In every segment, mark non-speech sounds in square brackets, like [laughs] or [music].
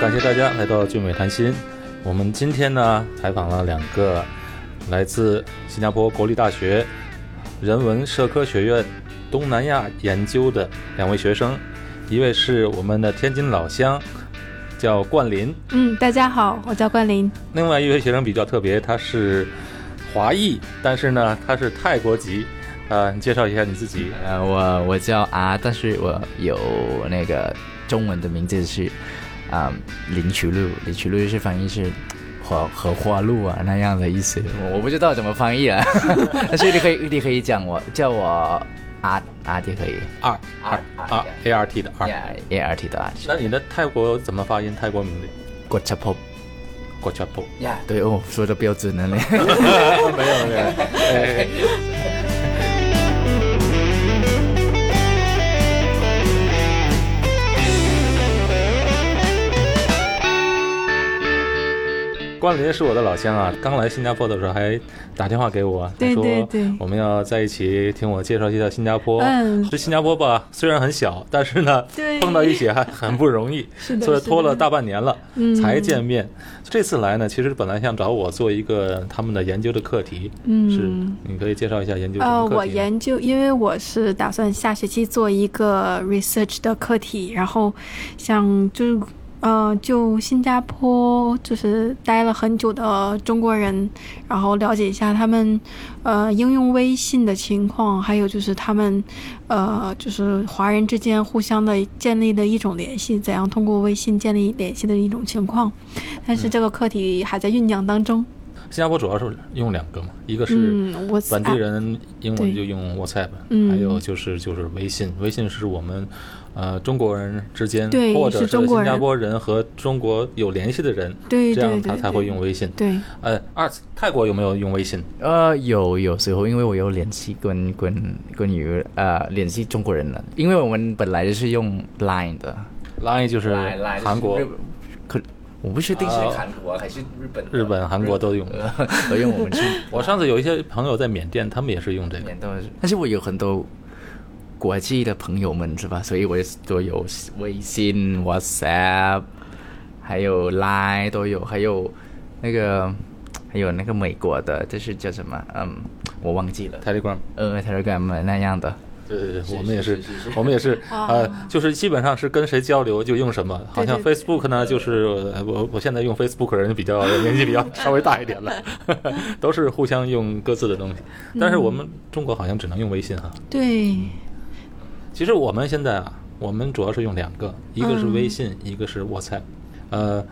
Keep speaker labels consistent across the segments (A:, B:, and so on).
A: 感谢大家来到俊美谈心。我们今天呢，采访了两个来自新加坡国立大学人文社科学院东南亚研究的两位学生，一位是我们的天津老乡，叫冠霖，
B: 嗯，大家好，我叫冠霖。
A: 另外一位学生比较特别，他是华裔，但是呢，他是泰国籍。呃，你介绍一下你自己。
C: 呃，我我叫啊，但是我有那个中文的名字是啊、林渠路，林渠路是翻译是荷荷花路啊那样的意思，我我不知道怎么翻译啊， [laughs] 但是你可以你可以讲我叫我啊啊就可以
A: 二二啊 A R T 的二。
C: ，A R T 的啊，
A: 那你的泰国怎么发音？泰国名字
C: 国茶泡。
A: g o c h a p o
C: 呀对哦，说的标准了嘞。
A: 没有没有。哎关林是我的老乡啊，刚来新加坡的时候还打电话给我，他
B: 对
A: 说
B: 对对
A: 我们要在一起听我介绍介绍新加坡。
B: 嗯
A: 这新加坡吧，虽然很小，但是呢，
B: 对
A: 碰到一起还很不容易，
B: [laughs] 是的
A: 所以
B: 是的
A: 拖了大半年了
B: 嗯
A: 才见面。这次来呢，其实本来想找我做一个他们的研究的课题，
B: 嗯
A: 是你可以介绍一下研究什
B: 呃，
A: 么
B: 我
A: 课题啊吗？
B: 研究，因为我是打算下学期做一个 research 的课题，然后想就是呃，就新加坡就是待了很久的中国人，然后了解一下他们呃应用微信的情况，还有就是他们呃就是华人之间互相的建立的一种联系，怎样通过微信建立联系的一种情况，
A: 嗯
B: 但是这个课题还在酝酿当中。
A: 新加坡主要是用两个嘛，一个是
B: 嗯，我
A: 本地人英文
B: 对
A: 就用 WhatsApp，、
B: 嗯
A: 还有就是就是微信，微信是我们呃中国人之间
B: 对
A: 或者
B: 是中国
A: 新
B: 人
A: 加坡人和中国有联系的人，
B: 对
A: 这
B: 对
A: 样
B: 对
A: 他才会用微信。
B: 对。
A: 呃，二次泰国有没有用微信？
C: [laughs] 呃，有有时候，因为我有联系跟跟跟于呃联系中国人了，因为我们本来就是用 Line 的，
A: Line 就是
C: 来来
A: 韩国、
C: 日可我不确定是韩国还是日本的，
A: 日
C: [laughs]
A: 本、韩国都用。
C: 都用我们去
A: 我上次有一些朋友在缅甸，他们也是用这个。
C: 缅甸，但是我有很多国际的朋友们是吧？所以我也是都有微信、WhatsApp，还有 Line 都有，还有那个还有那个美国的，这是叫什么？嗯，我忘记了，
A: Telegram，
C: 呃，Telegram 那样的。
A: 对对对，我们也是，我们也是，呃，就是基本上是跟谁交流就用什么。好像
B: 对
A: Facebook 呢，就是呃我我现在用 Facebook 的人比较年纪比较 [laughs] 稍微大一点了，都是互相用各自的东西。但是我们中国好像只能用微信哈、
B: 对，
A: 其实我们现在啊，我们主要是用两个，一个是
B: 嗯
A: 微信，一个是 WhatsApp。呃，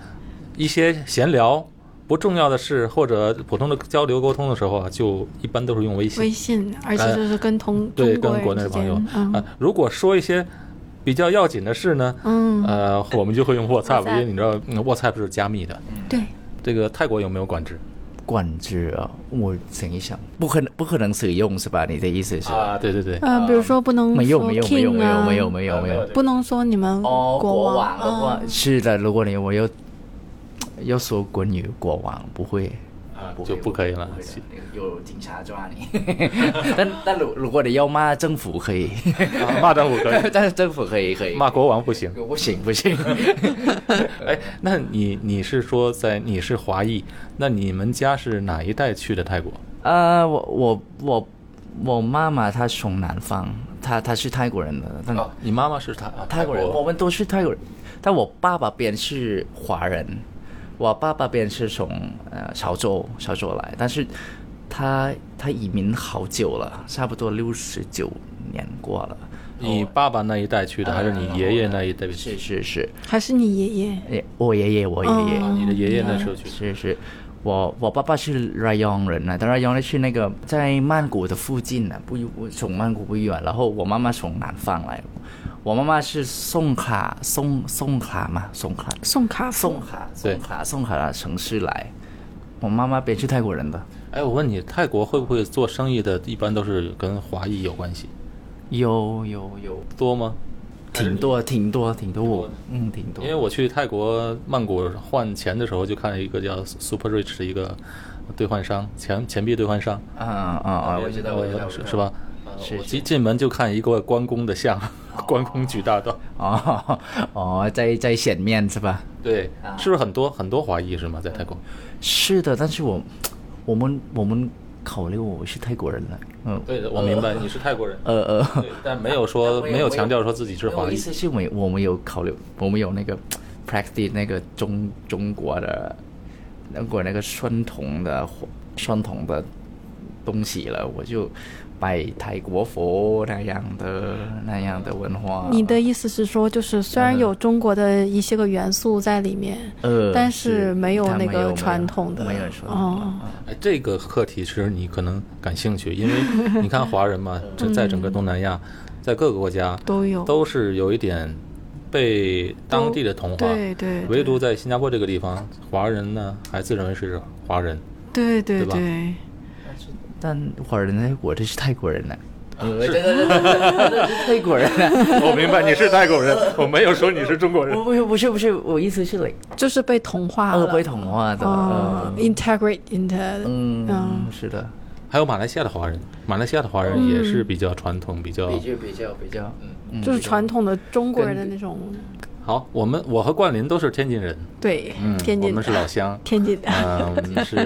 A: 一些闲聊、不重要的事或者普通的交流沟通的时候啊，就一般都是用微信。
B: 微信，而且就是跟同、
A: 呃对，
B: 中
A: 跟国
B: 国
A: 内
B: 人
A: 的
B: 之
A: 朋友
B: 间，嗯、
A: 呃，如果说一些比较要紧的事呢，
B: 嗯，
A: 呃，我们就会用 WhatsApp，因
B: WhatsApp
A: 为你知道嗯 WhatsApp 是加密的。
B: 对，
A: 这个泰国有没有管制？
C: 管制啊，我想一想，不可能不可能使用是吧？你的意思是？
A: 啊，对对对，
B: 呃，比如说不能
C: 没有
B: 说
C: 没有没
B: king
C: 有没有
B: 啊
C: 没有没有没有
B: 不能说你们
C: 哦，
B: 嗯国
C: 王的话、
B: 嗯
C: 是的，如果你我要要说关于国王，不会。
A: 啊
C: 不会
A: 就不可以了。
C: 会的有警察抓你， [laughs] 但但如如果你要骂政府可以，
A: 啊 [laughs] 骂政府可以，
C: [laughs] 但是政府可以可以
A: 骂国王不行。
C: 不行
A: [laughs]
C: 不行，
A: 哎，那你你是说在你是华裔，那你们家是哪一代去的泰国？
C: 呃，我我我我妈妈她从南方，她她是泰国人的，但、
A: 你妈妈是泰啊
C: 哦泰国人，哦我们都是泰国人，但我爸爸边是华人，我爸爸边是从呃潮州潮州来，但是他他移民好久了，差不多六十九年过了，
A: 你爸爸那一代去的，还是
C: 啊
A: 你爷
C: 哦
A: 爷那一代？
C: 是呃是是，
B: 还是你爷爷，
C: 哎我爷爷我爷爷、
A: 你的爷爷那时候去的。
C: 是是。我我爸爸是 Rayong 人啊，但 Rayong 是那个在曼谷的附近呢、不不从曼谷不远。然后我妈妈从南方来，我妈妈是宋卡宋宋卡嘛，宋卡
B: 送卡
C: 宋卡
A: 对
C: 宋卡宋卡的城市来。我妈妈本是泰国人的，
A: 哎，我问你，泰国会不会做生意的，一般都是跟华裔有关系
C: 有有有，
A: 多吗？
C: 挺多挺多挺多，我嗯挺多
A: 因为。我去泰国曼谷换钱的时候，就看一个叫 Super Rich 的一个兑换商，钱钱币兑换商，啊
C: 啊啊啊啊！我知道，我知道，
A: 是是吧？呃
C: 是
A: 我哦
C: 是
A: 进进门就看一个关公的像，观光局大道。
C: 哦 [laughs] 哦，在在前面是吧？
A: 对，
C: 啊
A: 啊是不是很多很多华裔是吗？在泰国？
C: 是的，但是我我们我们考虑我是泰国人了，嗯，
A: 对的，我明白你是泰国人，
C: 呃呃，
A: 对，但
C: [laughs]
A: 没有说
C: 我
A: 没
C: 有
A: 有
C: 我有
A: 强调说自己是
C: 因为
A: 华
C: 我意
A: 裔。
C: 思是我们我们有考虑，我们有那个 practice 那个中中国的中国那个传统的传统的东西了，我就拜泰国佛那样的那样的文化。
B: 你的意思是说，
C: 嗯
B: 就是虽然有中国的一些个元素在里面，
C: 呃，
B: 但是没有
C: 它
B: 那
C: 没有
B: 个传统的，
C: 没有没有传统的
B: 哦，
A: 哎，这个课题其实你可能感兴趣，因为你看华人嘛，
C: 嗯
A: 这在整个东南亚，在各个国家
B: 都有，
A: 都是有一点被当地的同化，
B: 对对，
A: 唯独在新加坡这个地方，华人呢还自认为是华人，
B: 对对
A: 对吧
B: 对，
C: 但华人呢，我这是泰国人呢。呃，对对对对对，是泰国人呢。
A: [laughs] 我明白你是泰
C: [laughs]
A: 国人，我没有说你是中国人
C: 我。不是不是不是，我意思是 like
B: 就是被同化
C: 二
B: 了，
C: 呃被同化的。
B: 哦
C: 嗯
B: ，integrate into，
C: 啊嗯，是的，
A: 还有马来西亚的华人，马来西亚的华
B: 嗯
A: 人也是比较传统，比较
C: 比较比较，嗯
B: 就是传统的中国人的那种，
A: 好。我们我和冠霖都是天津人，
B: 对，天
A: 嗯我
B: 津
A: 们是
B: 的，
A: 老
B: [laughs]
A: 乡，
B: 天
A: [laughs]
B: 津的，
A: 嗯，我们是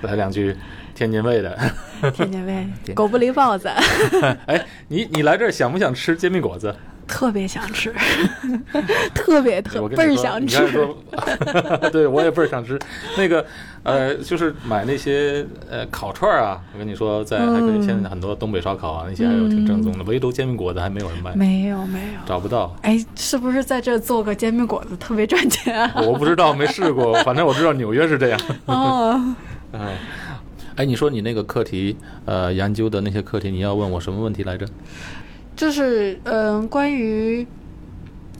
A: 来两句天津卫的。 [laughs]
B: 天津卫，狗不理包子，
A: 哎，你你来这儿想不想吃煎饼果子？
B: 特别想
A: [laughs]
B: 吃，特别特
A: 我跟
B: 倍儿
A: 你说
B: 想
A: 你
B: 吃
A: 看，说 [laughs] 对我也倍儿想吃。那个呃，就是买那些呃烤串儿啊，我跟你说，在
B: 嗯
A: 还可以现在很多东北烧烤啊，那些还有挺正宗的，唯独煎饼果子还没有人卖，
B: 没有没有。
A: 找不到。
B: 哎，是不是在这儿做个煎饼果子特别赚钱
A: [laughs]
B: 啊？
A: 我不知道，没试过，反正我知道纽约是
B: [laughs]
A: 这样。
B: 哦，
A: 哎，哎，你说你那个课题，呃，研究的那些课题，你要问我什么问题来着？
B: 就是嗯、关于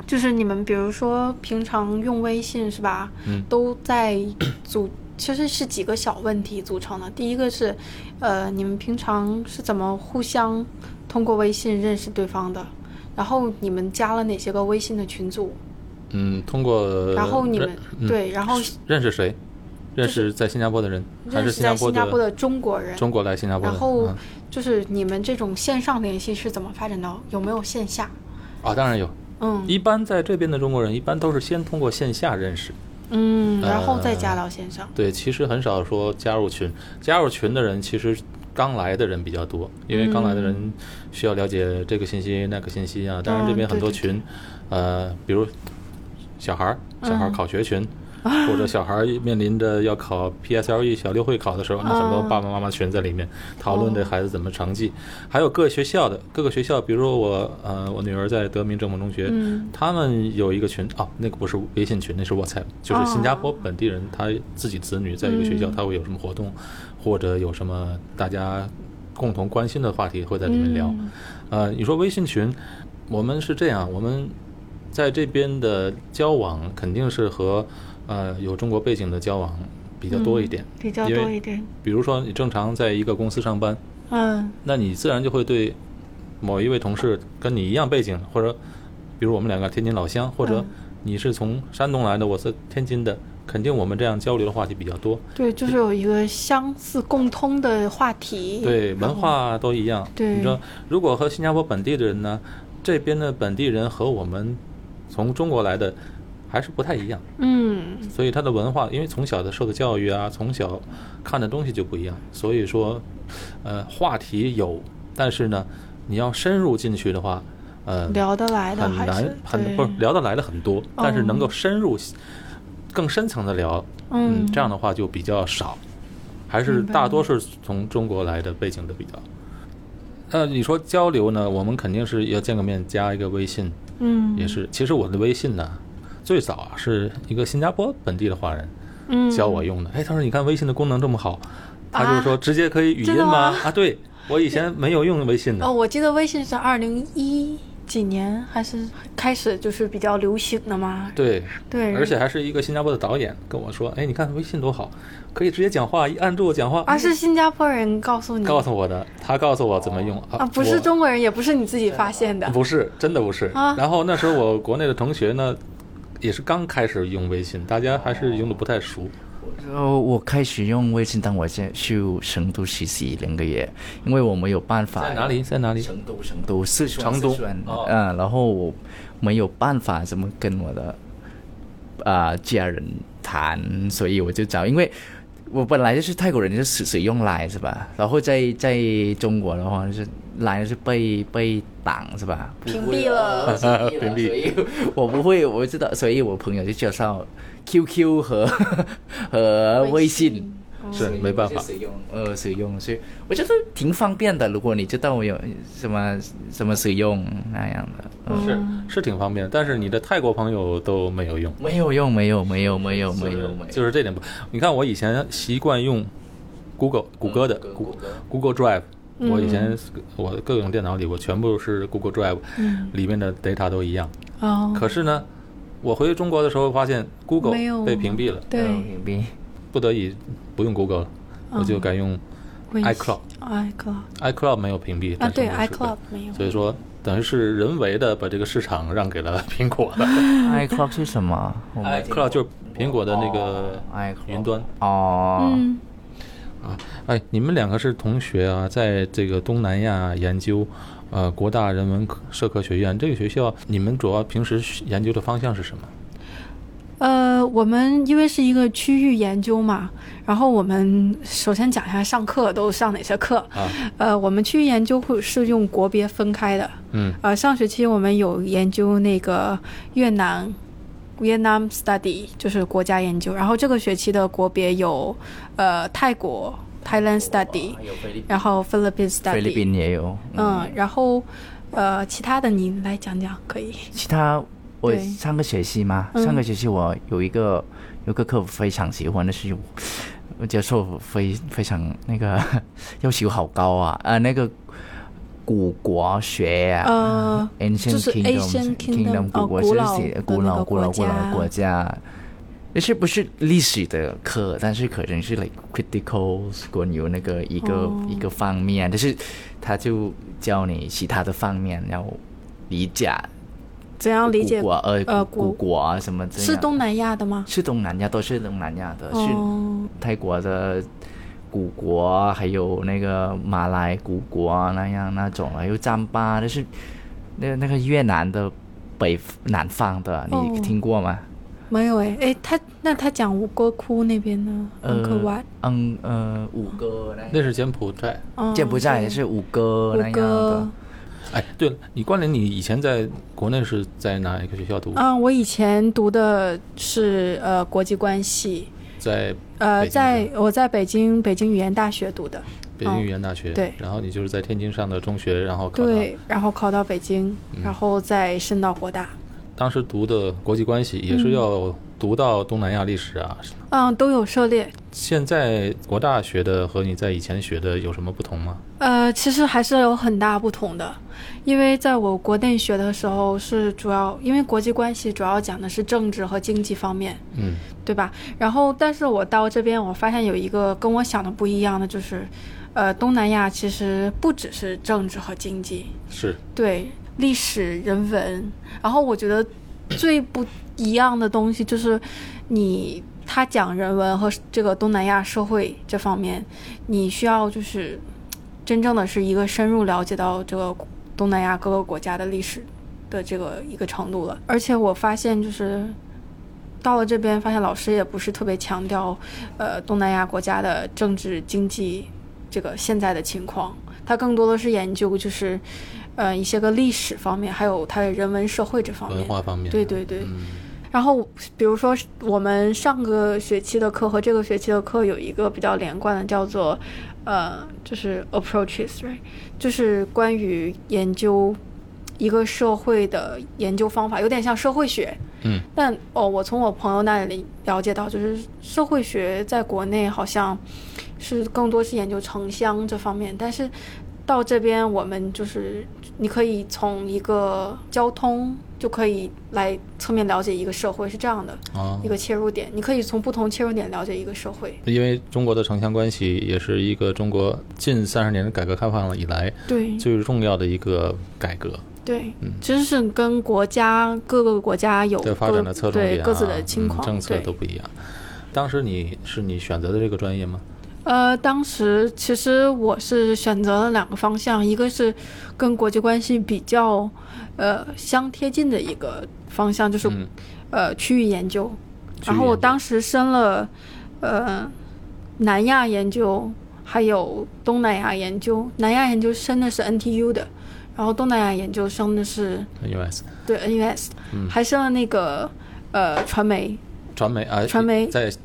B: 就是你们比如说平常用微信是吧？
A: 嗯
B: [clears throat] 都在组，其实是几个小问题组成的。第一个是，呃，你们平常是怎么互相通过微信认识对方的？然后你们加了哪些个微信的群组？
A: 嗯，通过
B: 然后你们、
A: 嗯
B: 对，然后
A: 认识谁？认识在新加坡的人，还
B: 认
A: 是
B: 识在
A: 坡
B: 新加坡的中国人，
A: 中国来新加坡的
B: 然
A: 人？
B: 后
A: 嗯
B: 就是你们这种线上联系是怎么发展到？有没有线下？
A: 啊，当然有。
B: 嗯
A: 一般在这边的中国人，一般都是先通过线下认识。
B: 嗯，
A: 呃
B: 然后再加到线上。
A: 对，其实很少说加入群，加入群的人其实刚来的人比较多，因为刚来的人需要了解这个信息、那个信息啊。当然这边很多
B: 嗯啊对对
A: 群，呃，比如小孩儿，小孩儿考学群。
B: 嗯啊
A: 或者小孩儿面临着要考 PSLE E，小六会考的时候，那很多
B: 啊
A: 爸爸妈妈群在里面讨论这孩子怎么成绩，还有各学校的各个学校，比如说我呃我女儿在德明正蒙中学，
B: 嗯
A: 他们有一个群啊，那个不是微信群，那是 WhatsApp，就是新加坡本地人他自己子女在一个学校，
B: 哦嗯
A: 他会有什么活动，或者有什么大家共同关心的话题会在里面聊。
B: 嗯
A: 呃，你说微信群，我们是这样，我们在这边的交往肯定是和呃有中国背景的交往比较多一点，
B: 嗯比较
A: 因为
B: 多一点。
A: 比如说你正常在一个公司上班，
B: 嗯
A: 那你自然就会对某一位同事跟你一样背景，或者比如我们两个天津老乡，或者
B: 嗯
A: 你是从山东来的，我是天津的，肯定我们这样交流的话题比较多，
B: 对，就是有一个相似共通的话题。
A: 对文化都一样。
B: 对
A: 你说如果和新加坡本地的人呢，这边的本地人和我们从中国来的还是不太一样，
B: 嗯，
A: 所以他的文化，因为从小的受的教育啊，从小看的东西就不一样，所以说，呃，话题有，但是呢，你要深入进去的话，呃，
B: 聊得来的
A: 很
B: 还
A: 难
B: 是
A: 很
B: 对哦
A: 不是聊得来的很多，但是能够深入、更深层的聊，
B: 嗯
A: 这样的话就比较少，还是
B: 明白
A: 大多是从中国来的背景的比较。那你说交流呢？我们肯定是要见个面，加一个微信，
B: 嗯
A: 也是。其实我的微信呢，最早啊是一个新加坡本地的华人
B: 嗯
A: 教我用的。哎，他说你看微信的功能这么好，他就是
B: 啊
A: 说直接可以语音
B: 真的吗
A: 吗？啊，对我以前没有用微信的
B: 哦，。我记得微信是二零一几年还是开始就是比较流行的嘛。
A: 对，
B: 对，
A: 而且还是一个新加坡的导演跟我说：“哎，你看微信多好，可以直接讲话，一按住讲话。”
B: 啊是新加坡人告诉你
A: 告诉我的，他告诉我怎么用
B: 啊，不是，中国人，也不是你自己发现的
A: 我。不是，真的不是。
B: 啊
A: [laughs] 然后那时候我国内的同学呢，也是刚开始用微信，大家还是用的不太熟。
C: 哦，我开始用微信，但我现在去成都实习两个月，因为我没有办法。
A: 在哪里？在哪里？
C: 成都，成都，四川，
A: 成都
C: 四川。
A: 哦
C: 嗯，然后我没有办法怎么跟我的啊、家人谈，所以我就找，因为我本来就是泰国人，就是使用来是吧？然后在在中国的话，就是来是被被挡是吧？
B: 屏蔽
C: [laughs]
B: 了
A: 屏蔽
C: 所以我不会，我知道，所以我朋友就介绍 QQ 和 [laughs] 和微信。
A: 是没办法。
C: 使用呃使用，所以我觉得挺方便的。如果你知道我有什么什么使用那样的，嗯
A: 是是挺方便的，但是你的泰国朋友都没有用，
C: 没有用，没有没有没有没有没有，
A: 就是这点不。你看我以前习惯用 Google 谷歌的
C: 嗯
A: 谷
C: 谷歌
A: Google Drive，我
B: 嗯
A: 以前我各种电脑里我全部是 Google Drive，里面的 data 都一样。
B: 嗯哦，
A: 可是呢，我回中国的时候发现 Google
B: 没有
A: 被屏蔽了，
B: 对
C: 嗯屏蔽
A: 不得已不用 Google 了，我
B: 哦
A: 就改用
B: 微
A: iCloud
B: iCloud
A: iCloud 没有屏蔽
B: 啊，
A: 但是
B: 对
A: 我是被
B: iCloud 没有，
A: 所以说等于是人为的把这个市场让给了苹果
C: [laughs]
A: 了。
C: iCloud 是什么我没听过
A: iCloud 就是苹果的那个
C: 哎哦，iCloud
A: 云端
C: 哦，
B: 嗯，
A: 啊。哎，你们两个是同学啊，在这个东南亚研究，呃，国大人文科社科学院这个学校，你们主要平时研究的方向是什么？
B: 呃，我们因为是一个区域研究嘛，然后我们首先讲一下上课都上哪些课。
A: 啊
B: 呃，我们区域研究会是用国别分开的。
A: 嗯
B: 呃，上学期我们有研究那个越南 Vietnam Study，就是国家研究。然后这个学期的国别有呃泰国 Thailand Study，
C: 有菲律宾
B: 然后菲律宾 Study。
C: 菲律宾也有，
B: 嗯，然后呃，其他的你来讲讲可以。
C: 其他我
B: 对
C: 上个学期嘛，
B: 嗯
C: 上个学期我有一个有个课我非常喜欢的是，我接受非非常那个 [laughs] 要求好高啊，呃，那个古国学啊。
B: 呃，
C: Ancient
B: 就是
C: Kingdom
B: Asian Kingdom，
C: 古
B: 哦
C: 国
B: 古
C: 是
B: 老
C: 写
B: 的
C: 古
B: 那
C: 老
B: 个
C: 古老古
B: 国
C: 老的
B: 家
C: 国家，就是不是历史的课，但是可能是 like critical 关于那个一个、
B: 哦
C: 一个方面，但是他就教你其他的方面要理解
B: 怎样哦理解
C: 古国呃
B: 呃
C: 古古
B: 古
C: 国啊什么这样
B: 是东南亚的吗？
C: 是东南亚都是东南亚的，
B: 哦
C: 是泰国的古国，还有那个马来古国啊那样那种还有占巴，就是那那个越南的北南方的，
B: 哦
C: 你听过吗？
B: 没有哎哎，他那他讲吴哥窟那边呢？
C: 呃
B: 嗯，科瓦，
C: 嗯呃，五哥那
A: 那是柬埔寨。
B: 哦
C: 柬埔寨也
B: 对
C: 是五哥
B: 吴
C: 那样的
B: 哥。
A: 哎，对了，你关联你以前在国内是在哪一个学校读？
B: 啊，我以前读的是呃国际关系，
A: 在
B: 呃，
A: 北京
B: 在
A: 是
B: 我在北京北京语言大学读的，
A: 北京语言大学。
B: 哦对
A: 然后你就是在天津上的中学，然后考到
B: 对，然后考到北京，
C: 嗯
B: 然后再升到国大，
A: 当时读的国际关系，也是要读到东南亚历史啊。
B: 嗯，都有涉猎，
A: 现在国大学的和你在以前学的有什么不同吗？
B: 呃，其实还是有很大不同的，因为在我国内学的时候是主要，因为国际关系主要讲的是政治和经济方面，
A: 嗯，
B: 对吧？然后，但是我到这边，我发现有一个跟我想的不一样的，就是，呃，东南亚其实不只是政治和经济，
A: 是
B: 对历史、人文。然后我觉得最不一样的东西就是你。他讲人文和这个东南亚社会这方面，你需要就是真正的是一个深入了解到这个东南亚各个国家的历史的这个一个程度了。而且我发现就是到了这边，发现老师也不是特别强调，呃，东南亚国家的政治经济这个现在的情况，他更多的是研究就是，呃，一些个历史方面，还有它的人文社会这方面。
A: 文化方面的。
B: 对对对。
A: 嗯，
B: 然后比如说我们上个学期的课和这个学期的课有一个比较连贯的，叫做呃，就是 approaches，right？就是关于研究一个社会的研究方法，有点像社会学。
A: 嗯。
B: 但哦，我从我朋友那里了解到，就是社会学在国内好像是更多是研究城乡这方面，但是到这边我们就是你可以从一个交通就可以来侧面了解一个社会，是这样的
A: 哦
B: 一个切入点。你可以从不同切入点了解一个社会。
A: 因为中国的城乡关系也是一个中国近三十年的改革开放以来
B: 对
A: 最重要的一个改革。
B: 对，其实是跟国家各个国家有
A: 对发
B: 各
A: 嗯展的侧重
B: 对
A: 点、啊、
B: 各自的情
A: 嗯
B: 况、
A: 政策
B: 对
A: 都不一样。当时你是你选择的这个专业吗？
B: 呃，当时其实我是选择了两个方向，一个是跟国际关系比较呃相贴近的一个方向，就是、
A: 嗯
B: 呃区域研究。
A: 区域
B: 然后我
A: 研究
B: 当时申了呃南亚研究，还有东南亚研究。南亚研究申的是 NTU 的，然后东南亚研究生的是
A: ，US
B: 对 NUS，、
A: 嗯
B: 还剩了那个呃传媒，
A: 传媒啊，
B: 传媒
A: 在新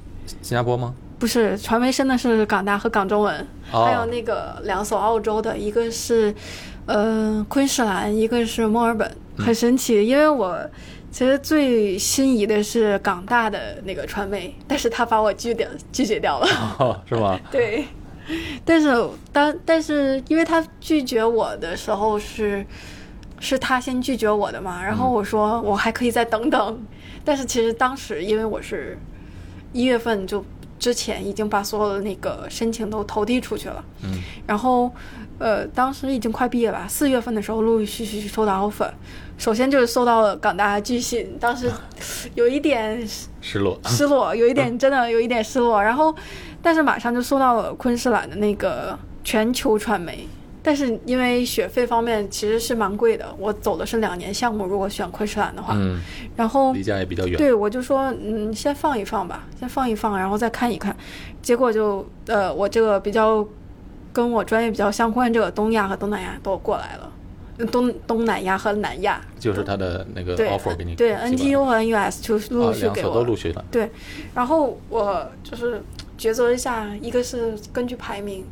A: 加坡吗？
B: 不是传媒生的是港大和港中文，
A: 哦
B: 还有那个两所澳洲的，一个是呃昆士兰，一个是墨尔本，很神奇，因为我。其实最心仪的是港大的那个传媒，但是他把我拒掉拒绝掉了。
A: 哦， [laughs] 是吗？
B: 对， [laughs] 但是当但是因为他拒绝我的时候是是他先拒绝我的嘛，然后我说我还可以再等等，但是其实当时因为我是一月份就之前已经把所有的那个申请都投递出去了，
A: 嗯，
B: 然后呃当时已经快毕业了吧，四月份的时候陆陆续续收到 offer，首先就是收到了港大拒信，当时有一点。
A: 失
B: [laughs]
A: 落。
B: 失
A: [laughs]
B: 落，有一点真的有一点失落。然后，但是马上就收到了昆士兰的那个全球传媒，但是因为学费方面其实是蛮贵的，我走的是两年项目，如果选昆士兰的话，
A: 嗯，
B: 然后
A: 离家也比较远。
B: 对我就说，嗯，先放一放吧，先放一放，然后再看一看。结果就呃，我这个比较跟我专业比较相关，这个东亚和东南亚都过来了。东东南亚和南亚，
A: 就是他的那个
B: 对
A: offer 给你
B: 对
A: 基本
B: NTU 和 NUS 就陆
A: 啊
B: 陆，续
A: 两
B: 给
A: 所
B: 我了，
A: 都录取了。
B: 对，然后我就是抉择一下，一个是根据排名，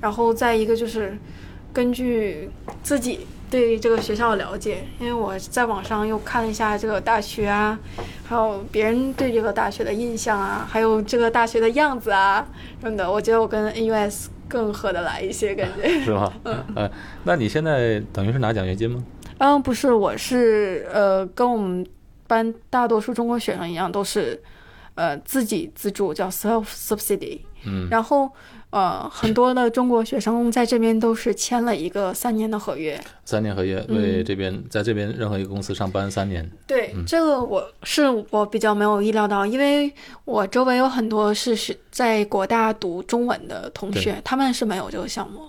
B: 然后再一个就是根据自己对这个学校的了解，因为我在网上又看了一下这个大学啊，还有别人对这个大学的印象啊，还有这个大学的样子啊什么的，我觉得我跟 NUS 更合得来一些，感觉。
A: 是
B: [laughs]
A: 吗？呃，那你现在等于是拿奖学金吗？
B: 嗯，不是，我是呃，跟我们班大多数中国学生一样，都是呃自己资助，叫 self subsidy。
A: 嗯，
B: 然后呃，很多的中国学生在这边都是签了一个三年的合约。
A: 三年合约，
B: 嗯
A: 为这边、在这边任何一个公司上班三年。
B: 对，这个我是我比较没有意料到，因为我周围有很多是是在国大读中文的同
A: 对
B: 学，他们是没有这个项目，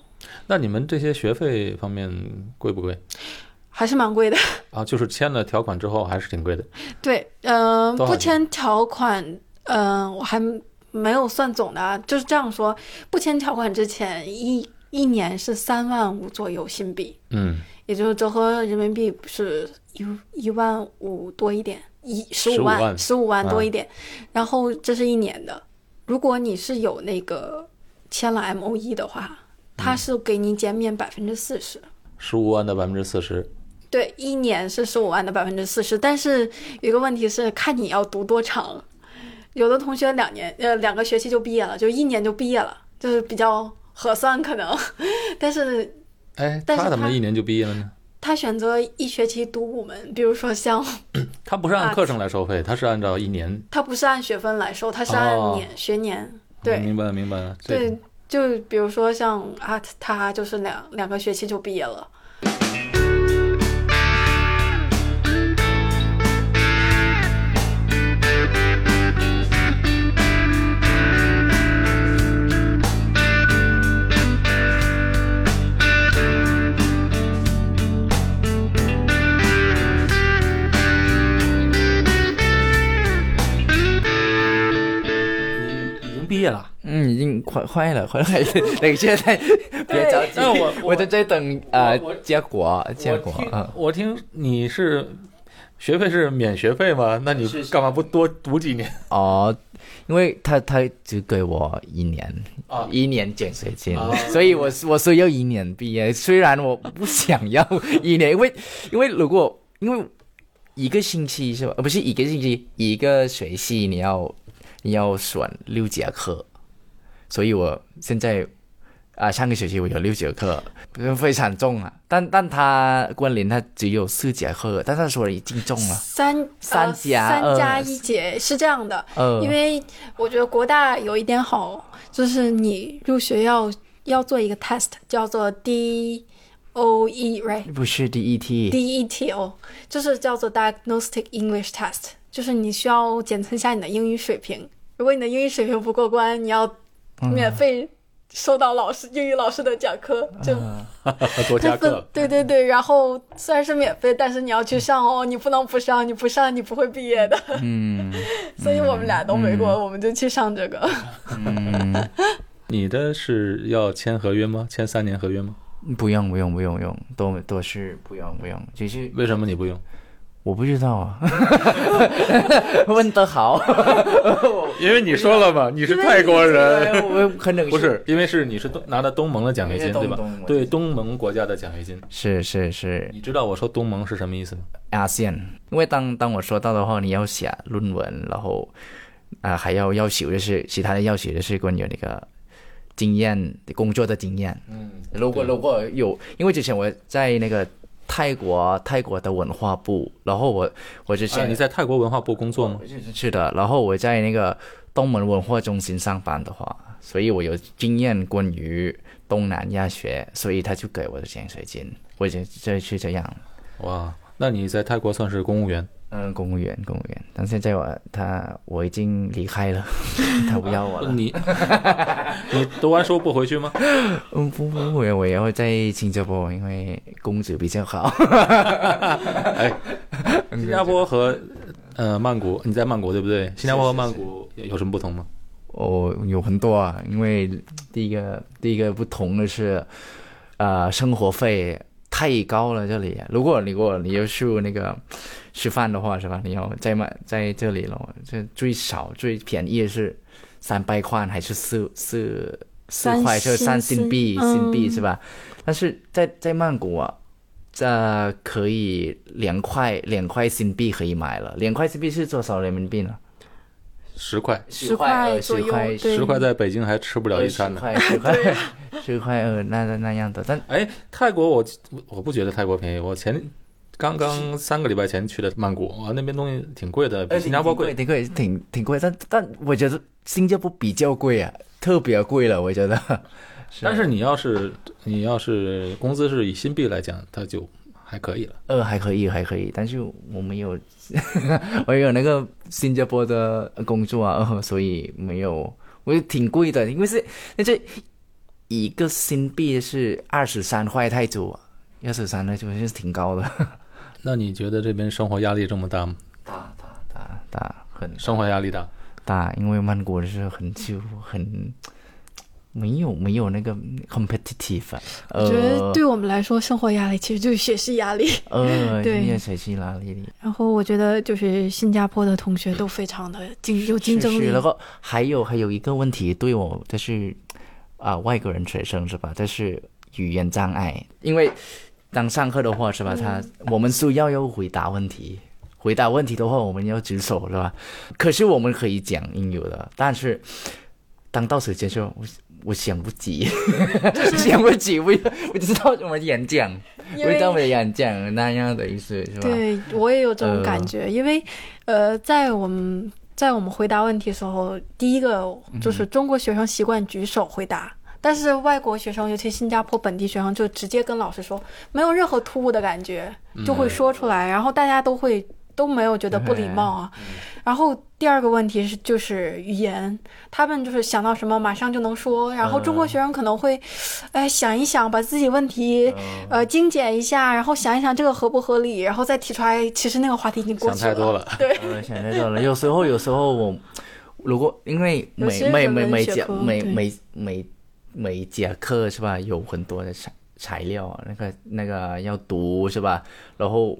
A: 那你们这些学费方面贵不贵
B: 还是蛮贵的。
A: 啊？就是签了条款之后还是挺贵的。
B: 对，嗯、
A: 多少
B: 不
A: 钱
B: 签条款，嗯、我还没有算总的，啊，就是这样说，不签条款之前一一年是三万五左右新币，
A: 嗯，
B: 也就是折合人民币是一一万五多一点，一十
A: 15
B: 五
A: 万
B: 万十五万多
A: 啊
B: 一点，然后这是一年的，如果你是有那个签了 M O E 的话，它是给你减免百分之四十。
A: 十五万的百分之四十，
B: 对，一年是十五万的百分之四十，但是有一个问题是看你要读多长。有的同学两年，呃，两个学期就毕业了，就一年就毕业了，就是比较合算可能。但是
A: 哎，
B: 但是
A: 他怎么
B: 他
A: 一年就毕业了呢？
B: 他选择一学期读五门，比如说像
A: 他不是按
B: 啊
A: 课程来收费，他是按照一年。
B: 他不是按学分来收，他是按
A: 哦
B: 年、学年。
A: 嗯
B: 对
A: 明白了，明白了。这
B: 对，就比如说像啊，他就是两两个学期就毕业了。
D: 已经毕业了，
C: 嗯，已经快快了，快了，等现在别着急，
A: 那我
C: 我在这等呃
A: 我
C: 结果结
A: 我
C: 果
A: 听
C: 啊，
A: 我听你是学费是免学费吗？那你
D: 是是
A: 干嘛不多读几年
C: 哦，因为他他只给我一年
A: 啊？
C: 一年奖学金
A: 啊，
C: 所以我我需要一年毕业。虽然我不想
A: [laughs]
C: 要一年，因为因为如果因为一个星期是吧？呃不是一个星期，一个学期你要你要选六节课，所以我现在啊、上个学期我有六节课，非常重啊。但但他关联他只有四节课，但他说已经中了，
B: 三
C: 三
B: 呃
C: 加
B: 三
C: 二
B: 加一节是这样的，
C: 呃，
B: 因为我觉得国大有一点好，就是你入学要要做一个 test，叫做 D O E right
C: 呃不是 DET。
B: D E T O，就是叫做 Diagnostic English Test，就是你需要检测一下你的英语水平。如果你的英语水平不过关，你要免费收到老师、英语老师的讲课，就
A: 多加
B: [laughs] 他分
A: 课，
B: 对对对，然后虽然是免费，但是你要去上哦，你不能不上，你不上你不会毕业的。
C: 嗯
B: [laughs] 所以我们俩都没过，我们就去上这个。
C: 嗯，
A: 你的是要签合约吗？签三年合约吗？
C: 不用不用不用不用，都都是不用不用，只是
A: 为什么你不用？
C: 我不知道啊，问得好，
D: 哦
A: 因为你说了嘛，你是泰国
C: 哎，
A: 人，
C: 我可能
A: 不是，因为是你是东拿的东盟的奖学金对吧
C: 东盟？
A: 对东盟国家的奖学金，
C: 是是是
A: 你知道我说东盟是什么意思吗？
C: ASEAN，因为当当我说到的话，你要写论文，然后啊、还要要求就是其他的要求就是关于那个经验工作的经验。
A: 嗯，
C: 如果如果有，因为之前我在那个泰国泰国的文化部，然后我我之
A: 哎
C: 前、
A: 你在泰国文化部工作吗？
C: 是是的，然后我在那个东盟文化中心上班的话，所以我有经验关于东南亚学，所以他就给我的奖学金，我就就是这样。
A: 哇，那你在泰国算是公务员，
C: 嗯，公务员，公务员。但现在我他我已经离开了，他不要我了。
A: 你 [laughs] 你读完书不回去吗？
C: 嗯，不不不，我要在新加坡，因为工资比较好。
A: 新加坡和呃曼谷，你在曼谷对不对？新加坡和曼谷有什么不同吗？
C: 哦，有很多啊，因为第一个第一个不同的是，呃，生活费太高了这里。如果你如果你要去那个吃饭的话，是吧？你要在买在这里咯，这最少最便宜的是三百块还是四四四
B: 三
C: 块，就
B: 新
C: 三新币
B: 新
C: 新币
B: 嗯
C: 是吧？但是在在曼谷啊。这可以两块两块新币可以买了，两块新币是多少人民币呢？
A: 十块，
B: 10块
C: 呃
B: 左
C: 10
B: 右
C: 块
B: 对
A: 十块在北京还吃不了一餐呢。
C: 块呃十块 [laughs] 十块二那那那样的，但
A: 哎，泰国我我不觉得泰国便宜，我前刚刚三个礼拜前去的曼谷，哇，那边东西挺贵的，比新加坡贵。
C: 哎挺贵，挺挺贵，但但我觉得新加坡比较贵啊，特别贵了，我觉得。啊
A: 但是你要是你要是工资是以新币来讲，它就还可以了。
C: 呃还可以还可以，但是我没有， [laughs] 我有那个新加坡的工作啊， [laughs] 呃所以没有，我觉得挺贵的，因为是那这一个新币是二十三块泰铢啊，二十三泰铢是挺高的， [laughs]
A: 那你觉得这边生活压力这么大吗？
C: 大大很
A: 生活压力大，
C: 大，因为曼谷是很就很没有没有那个 competitive，、啊、呃
B: [laughs] 我觉得对我们来说，生活压力其实就是学习压力。 [laughs]
C: 呃，
B: 对
C: 你也谁去哪里？
B: 然后我觉得就是新加坡的同学都非常的竞有竞争
C: 是
B: 力
C: 是，然后还有还有一个问题对我就是啊、外国人学生是吧？就是语言障碍，因为当上课的话是吧？
B: 嗯
C: 他我们需要要回答问题，回答问题的话我们要举手是吧？可是我们可以讲英语的，但是当到时间时候我。我想不起， [laughs] 想不起，我我知道怎么演讲，
B: 因
C: 我知
B: 为
C: 道我演讲那样的意思是吧？
B: 对我也有这种
C: 呃
B: 感觉，因为呃，在我们在我们回答问题的时候，第一个就是
C: 嗯
B: 中国学生习惯举手回答。但是外国学生，尤其新加坡本地学生，就直接跟老师说，没有任何突兀的感觉，
C: 嗯
B: 就会说出来，然后大家都会都没有觉得不礼貌啊。
C: 哎
B: 然后第二个问题是，就是语言，他们就是想到什么马上就能说，然
C: 嗯
B: 后中国学生可能会，哎，想一想，把自己问题呃精简一下，然后想一想这个合不合理，然后再提出来，其实那个话题已经过
A: 想
B: 去
A: 太多
B: 了
A: 了。
C: 我嗯想太多了。有时候，有时候我如果因为
B: 有
C: 每
B: 些
C: 每
B: 人
C: 每
B: 文
C: 每
B: 学
C: 节
B: 科
C: 每
B: 对
C: 每每每节课是吧，有很多的材材料，啊那个那个要读是吧？然后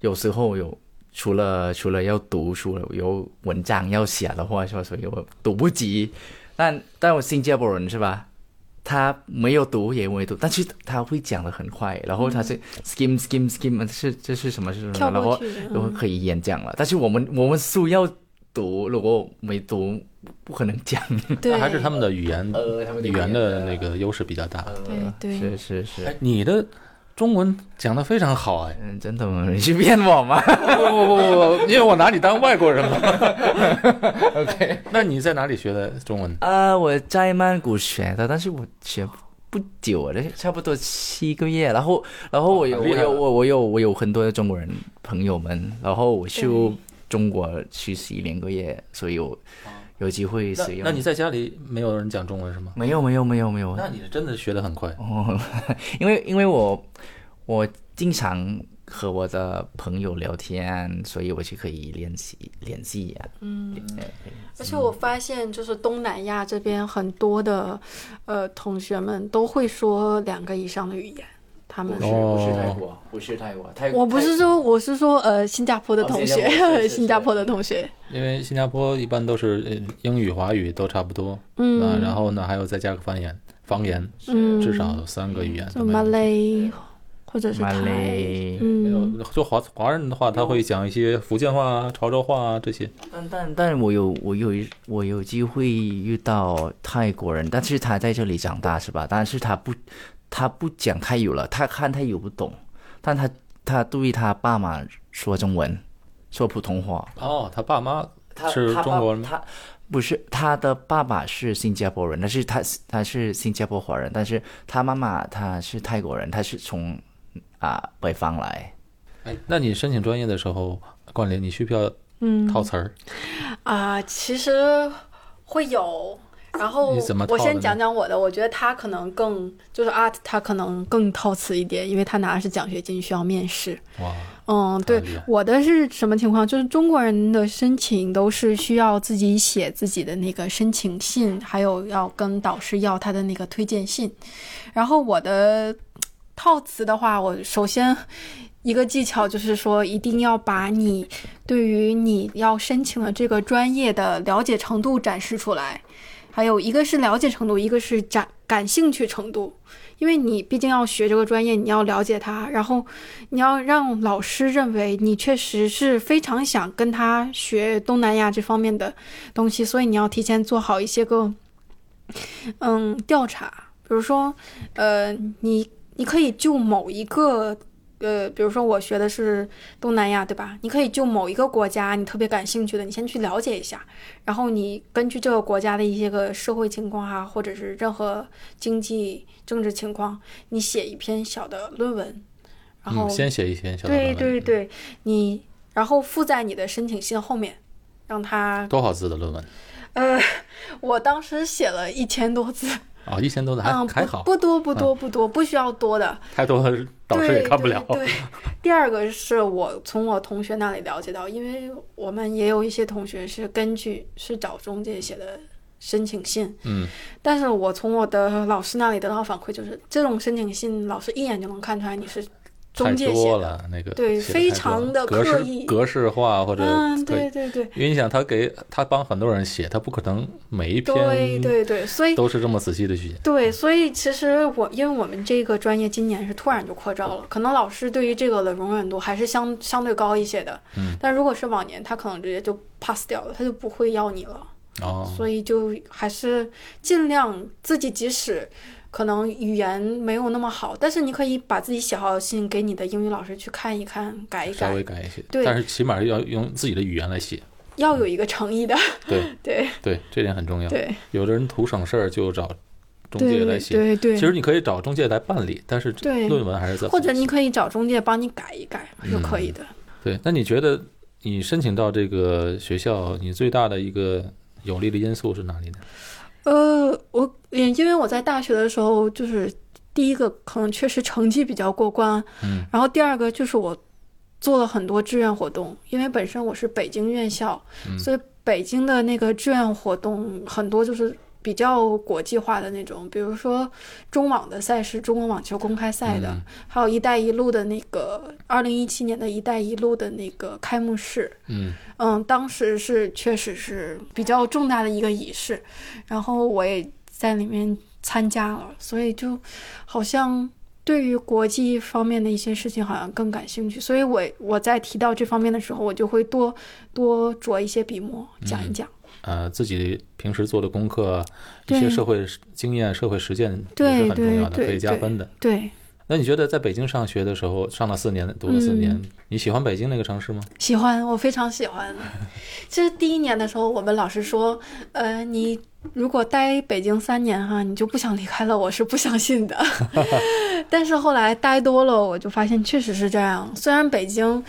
C: 有时候有除了除了要读书了，有文章要写的话是吧？所以我读不及。但但我新加坡人是吧？他没有读也没读，但是他会讲的很快，然后他是 skim skim skim，这是这是什么是什
B: 嗯
C: 么，
B: 跳
C: 嗯然
B: 过
C: 后
B: 去嗯
C: 然后可以演讲了。但是我们我们书要读，如果没读，不可能讲。
A: [laughs]
B: 对，
A: 还是他们的语言
C: 呃，他们
A: 语言的那个优势比较大。
B: 对对
C: 是是是！
A: 哎，，你的中文讲的非常好哎 [laughs]
C: 嗯，真的吗？你是骗我吗？
A: 不不不不，因为我拿你当外国人嘛。OK，那
C: [laughs]
A: 你在哪里学的中文？
C: 啊，我在曼谷学的，但是我学不久，这差不多七个月。然后，然后我有
A: 哦很厉
C: 我
A: 害了
C: 有我我有我有很多的中国人朋友们，然后我去
B: 对
C: 中国实习两个月，所以我有机会
A: 哦那
C: 使用。
A: 那你在家里没有人讲中文是吗？
C: 没有没有没有没有，
A: 哦那你是真的学得很快。
C: 哦， [laughs] 因为因为我我经常和我的朋友聊天，所以我就可以练习练习呀、
B: 嗯，而且我发现，就是东南亚这边很多的，呃，同学们都会说两个以上的语言。他们，
A: 是
C: 哦
A: 不是泰
C: 国，不是泰国，泰
B: 我不是说，我是说，呃，新加坡的
C: 哦
B: 同
C: 新加坡是
B: [laughs] 学，
C: 是
B: 新加坡的同学，
A: 因为新加坡一般都是呃英语、华语都差不多，
B: 嗯
A: 那然后呢还有再加个方言，方言
B: 嗯，
A: 至少有三个语言。
B: 就马来或者是
C: 马
B: 泰，
C: 来，
B: 嗯，
A: 呃就华华人的话，他会讲一些福建话啊、潮州话啊这些。
C: 但但但我有我有一我有机会遇到泰国人，但是他在这里长大是吧？但是他不他不讲泰语了，他看泰语不懂，但他他对他爸妈说中文，说普通话。
A: 哦，他爸妈
C: 他
A: 是
C: 他
A: 中
C: 爸
A: 国人吗
C: 他不是他的爸爸是新加坡人，但是他是他是新加坡华人，但是他妈妈她是泰国人，她是从啊、北方来。
A: 哎，那你申请专业的时候，冠霖，你需不需要
B: 嗯
A: 套词儿？
B: 啊、其实会有。然后
A: 你怎么
B: 我
A: 套的
B: 先
A: 呢
B: 讲讲我的，我觉得他可能更就是啊，他可能更套词一点，因为他拿的是奖学金，需要面试。
A: 哇，
B: 嗯，对
A: 厉害，
B: 我的是什么情况？就是中国人的申请都是需要自己写自己的那个申请信，还有要跟导师要他的那个推荐信。然后我的套词的话，我首先一个技巧就是说，一定要把你对于你要申请的这个专业的了解程度展示出来。还有一个是了解程度，一个是展感兴趣程度，因为你毕竟要学这个专业，你要了解它，然后你要让老师认为你确实是非常想跟他学东南亚这方面的东西，所以你要提前做好一些个嗯调查，比如说呃，你你可以就某一个。呃，比如说我学的是东南亚，对吧？你可以就某一个国家你特别感兴趣的，你先去了解一下，然后你根据这个国家的一些个社会情况啊，或者是任何经济、政治情况，你写一篇小的论文，然后、
A: 嗯，先写一篇小短
B: 对
A: 文，
B: 对对，你然后附在你的申请信后面，让他
A: 多少字的论文
B: 呃，我当时写了一千多字，
A: 啊？一千多字还、
B: 嗯，
A: 还
B: 不
A: 好，
B: 不多不多不多，不需要多的，
A: 太多了导师也
B: 对
A: 看不了。[laughs]
B: 对对第二个是我从我同学那里了解到，因为我们也有一些同学是根据是找中介写的申请信，
A: 嗯，
B: 但是我从我的老师那里得到反馈，就是这种申请信，老师一眼就能看出来你是
A: 太
B: 中介写
A: 多
B: 的。
A: 了，那个
B: 对
A: 写得
B: 非
A: 太多了
B: 常地
A: 格式
B: 刻意
A: 格式化或者
B: 嗯，
A: 对
B: 对对对，
A: 因为你想，他给他帮很多人写，他不可能每一篇
B: 对对对，所以
A: 都是这么仔细的去写。
B: 对，所以其实我因为我们这个专业今年是突然就扩招了，可能老师对于这个的容忍度还是相相对高一些的。
A: 嗯，
B: 但如果是往年，他可能直接就 pass 掉了，他就不会要你了。
A: 哦，
B: 所以就还是尽量自己，即使可能语言没有那么好，但是你可以把自己写好的信给你的英语老师去看一看，改一
A: 稍微
B: 改，
A: 改一些，
B: 对
A: 但是起码要用自己的语言来写。
B: 要有一个诚意的。
A: 对
B: [laughs] 对
A: 对，这点很重要。
B: 对
A: 有的人图省事儿就找中介来
B: 对
A: 写，
B: 对对，
A: 其实你可以找中介来办理，但是
B: 对
A: 论文还是在
B: 或者你可以找中介帮你改一改
A: 嗯
B: 就可以的。
A: 对。那你觉得你申请到这个学校，你最大的一个有利的因素是哪里呢？
B: 呃，我也因为我在大学的时候，就是第一个可能确实成绩比较过关，
A: 嗯，
B: 然后第二个就是我做了很多志愿活动，因为本身我是北京院校，
A: 嗯
B: 所以北京的那个志愿活动很多就是。比较国际化的那种，比如说中网的赛事，中国网球公开赛的，
A: 嗯
B: 还有“一带一路”的那个二零一七年的一带一路的那个开幕式，
A: 嗯，
B: 嗯，当时是确实是比较重大的一个仪式，然后我也在里面参加了，所以就好像对于国际方面的一些事情好像更感兴趣，所以我我在提到这方面的时候，我就会多多着一些笔墨讲一讲。
A: 呃，自己平时做的功课，啊一
B: 对
A: 些社会经验、社会实践也是
B: 对
A: 很重要的，
B: 对
A: 可以加
B: 对
A: 分的。
B: 对，
A: 那你觉得在北京上学的时候，上了四年，读了四年，
B: 嗯
A: 你喜欢北京那个城市吗？
B: 喜欢，我非常
A: [laughs]
B: 喜欢。其实第一年的时候，我们老师说，呃，你如果待北京三年哈，你就不想离开了，我是不相信
A: [laughs]
B: 的。但是后来待多了，我就发现确实是这样。虽然北京，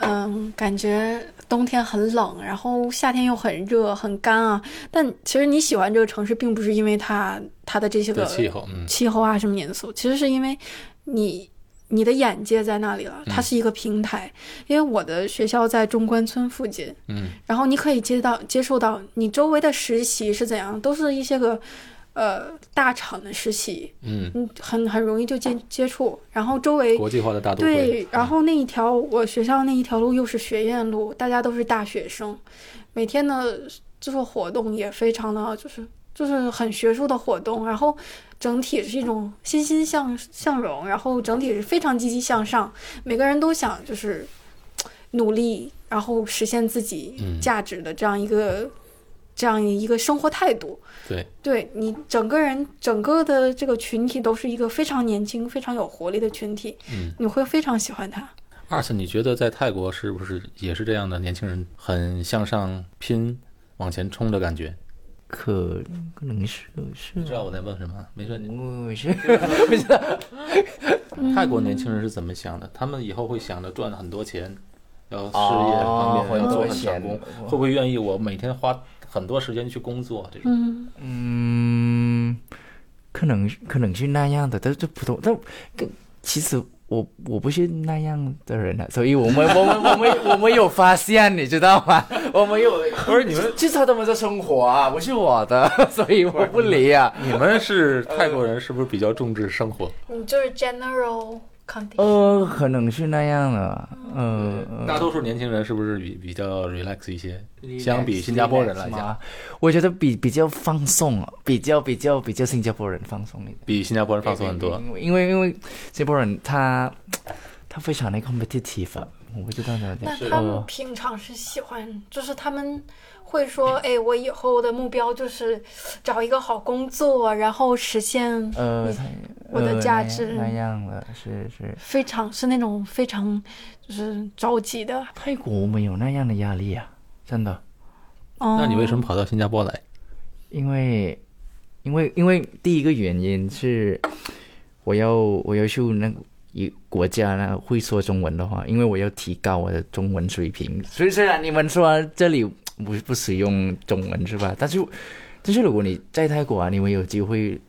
B: 嗯、感觉冬天很冷，然后夏天又很热很干啊。但其实你喜欢这个城市，并不是因为它它的这些
A: 对
B: 个
A: 气候，嗯，
B: 气候啊什么因素，其实是因为你你的眼界在那里了，它是一个平台。因为我的学校在中关村附近，
A: 嗯，
B: 然后你可以接到接受到你周围的实习是怎样，都是一些个呃大厂的实习，
A: 嗯，
B: 嗯，很很容易就接接触，然后周围
A: 国际化的大都会，嗯
B: 对，然后那一条我学校那一条路又是学院路，大家都是大学生，每天的就是活动也非常的就是就是很学术的活动，然后整体是一种欣欣向向荣，然后整体是非常积极向上，每个人都想就是努力，然后实现自己
A: 嗯
B: 价值的这样一个、这样一个生活态度。
A: 对
B: 对你整个人整个的这个群体都是一个非常年轻、非常有活力的群体，
A: 嗯
B: 你会非常喜欢他。
A: 二次，你觉得在泰国是不是也是这样的？年轻人很向上拼、往前冲的感觉？
C: 可可能是是啊
A: 你知道我在问什么？没事，你
C: [laughs] 我是
B: 嗯
A: 泰国年轻人是怎么想的？他们以后会想着赚很多钱，要事业
C: 哦
A: 方面要做
C: 会
A: 很
C: 做
A: 成功
C: 钱，
A: 会不会愿意我每天花很多时间去工作？这种
B: 嗯，
C: 嗯，可能可能是那样的，但是普通，但但其实我我不是那样的人啊，所以我们 [laughs] 我们我们我们有发现，你知道吗？我们有
A: 不是你们，
C: 至少他们的生活啊，不是我的， [laughs] 所以我不理啊。
A: 你们是泰国人，是不是比较重视生活？
B: 你嗯就是 general
A: 哦
B: condition。
C: 呃，可能是那样
A: 啊
C: 的，嗯、呃，
A: 大多数年轻人是不是比比较 relax 一些？呃相比新加坡人来讲，，
C: 我觉得比比较放松，啊比较比较比较新加坡人放松一点。
A: 比新加坡人放松很多。
C: 因为因为因为新加坡人他他非常的 competitive，啊我不知道怎么
B: 那
C: 讲。哦
B: 他
A: 哦
B: 们平常是喜欢，就是他们会说，哎，我以后的目标就是找一个好工作，然后实现
C: 呃，
B: 你
C: 他
B: 我的
C: 呃
B: 价
C: 那样
B: 值
C: 那样的，是是。
B: 非常是那种非常就是着急的。
C: 泰国没有那样的压力啊，真的，
B: 嗯、
A: 那你为什么跑到新加坡来？
C: 因为因为因为第一个原因是我要我要去那个一国家呢会说中文的话，因为我要提高我的中文水平。所以虽然你们说这里不不使用中文是吧？但是但是如果你在泰国啊，你们有机会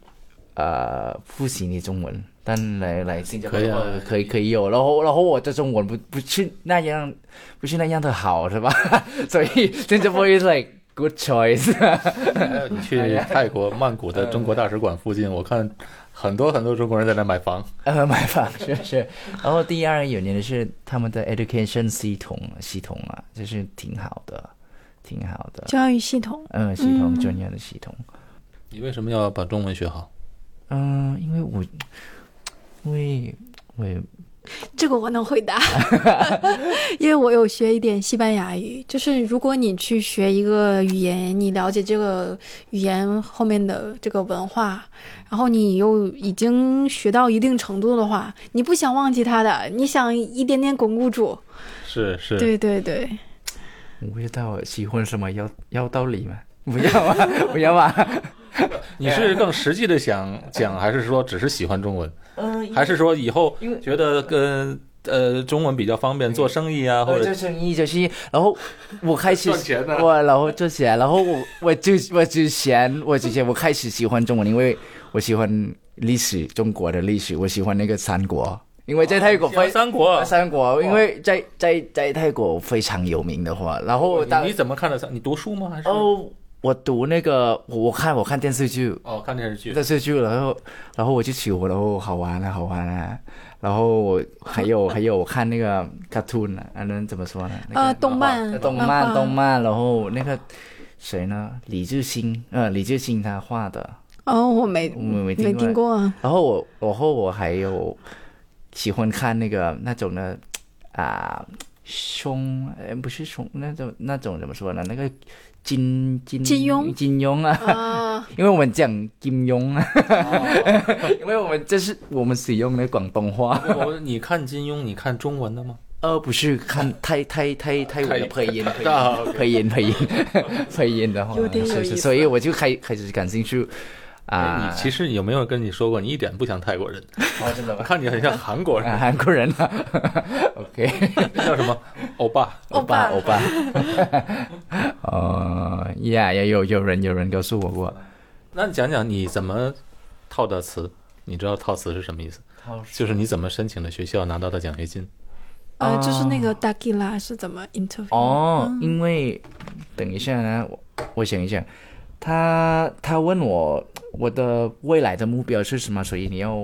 C: 呃复习你中文，但来来新加坡的话
A: 可以啊
C: 可以可以有。然后然后我的中文不不是那样不是那样的好是吧？ [laughs] 所以新加坡 is like good choice
A: 你去泰国曼谷的中国大使馆附近，我看很多很多中国人在那买房。
C: 呃，买房是是。然后第二个原因是他们的 education 系统系统啊，就是挺好的，挺好的。
B: 教育系统？
C: 嗯，系统
B: 嗯
C: 专业的系统。
A: 你为什么要把中文学好？
C: 嗯、因为我，因为我也
B: 这个我能回答， [laughs] 因为我有学一点西班牙语。就是如果你去学一个语言，你了解这个语言后面的这个文化，然后你又已经学到一定程度的话，你不想忘记它的，你想一点点巩固住。
A: 是是，
B: 对对对，
C: 我不知道喜欢什么要要道理吗？不要啊， [laughs] 不要啊。
A: 你是更实际的想讲，还是说只是喜欢中文，
C: 嗯、
A: 还是说以后
C: 因为
A: 觉得跟呃中文比较方便做生意啊，或
C: 我
A: 者
C: 做生意就是，然后我开始
A: [laughs] 赚钱啊呢
C: 我然后做起来，然后我我就我之前我之前我开始喜欢中文，因为我喜欢历史，中国的历史，我喜欢那个三国，因为在泰国非、
A: 哦三国？啊哦
C: 三国，因为在在在泰国非常有名的话，然后
A: 哦
C: 当
A: 你你怎么看得上？你读书吗？还是
C: 哦，我读那个我我看我看电视剧，
A: 哦看电视剧？
C: 电视剧，然后然后我就喜欢，然后好玩啊，好玩啊，然后我还有还有我看那个 cartoon 啊，啊能怎么说呢？那个
B: 呃，动漫，
C: 动漫动，漫，然后那个谁呢？李志新，呃，李志新他画的，
B: 哦，我没
C: 我没
B: 没
C: 听
B: 听过，
C: 然后我，然后我还有喜欢看那个那种的啊，胸，呃，不是胸，那种那种怎么说呢？那个金金
B: 金庸
C: 金庸啊，
B: 啊，
C: 因为我们讲金庸啊， [laughs] 因为我们这是我们使用的广东话。
A: 我你看金庸，你看中文的吗？
C: 呃，不是看泰泰泰泰文的配音，
A: [laughs] 啊
C: 配音配音配音的话，
B: 有点有
C: 所以
B: 意思
C: 所以我就开开始感兴趣。
A: 哎
C: 啊。
A: 你其实有没有跟你说过，你一点不像泰国人？
C: 哦，真的
A: 我 [laughs]
C: 吗？
A: 看你很像韩国
C: 啊
A: 人，
C: 韩国人啊 [laughs] ，OK，
A: 叫什么欧巴？
B: 欧巴
C: 欧巴， [laughs] 哦，呀，也有有人有人告诉我过，
A: 那你讲讲你怎么套的词？你知道套词是什么意思？就是你怎么申请的学校拿到的奖学金？
B: [laughs] 呃，就是那个 d a k i l a 是怎么 interview？
C: 哦，因为等一下呢，我我想一想，他他问我我的未来的目标是什么，所以你要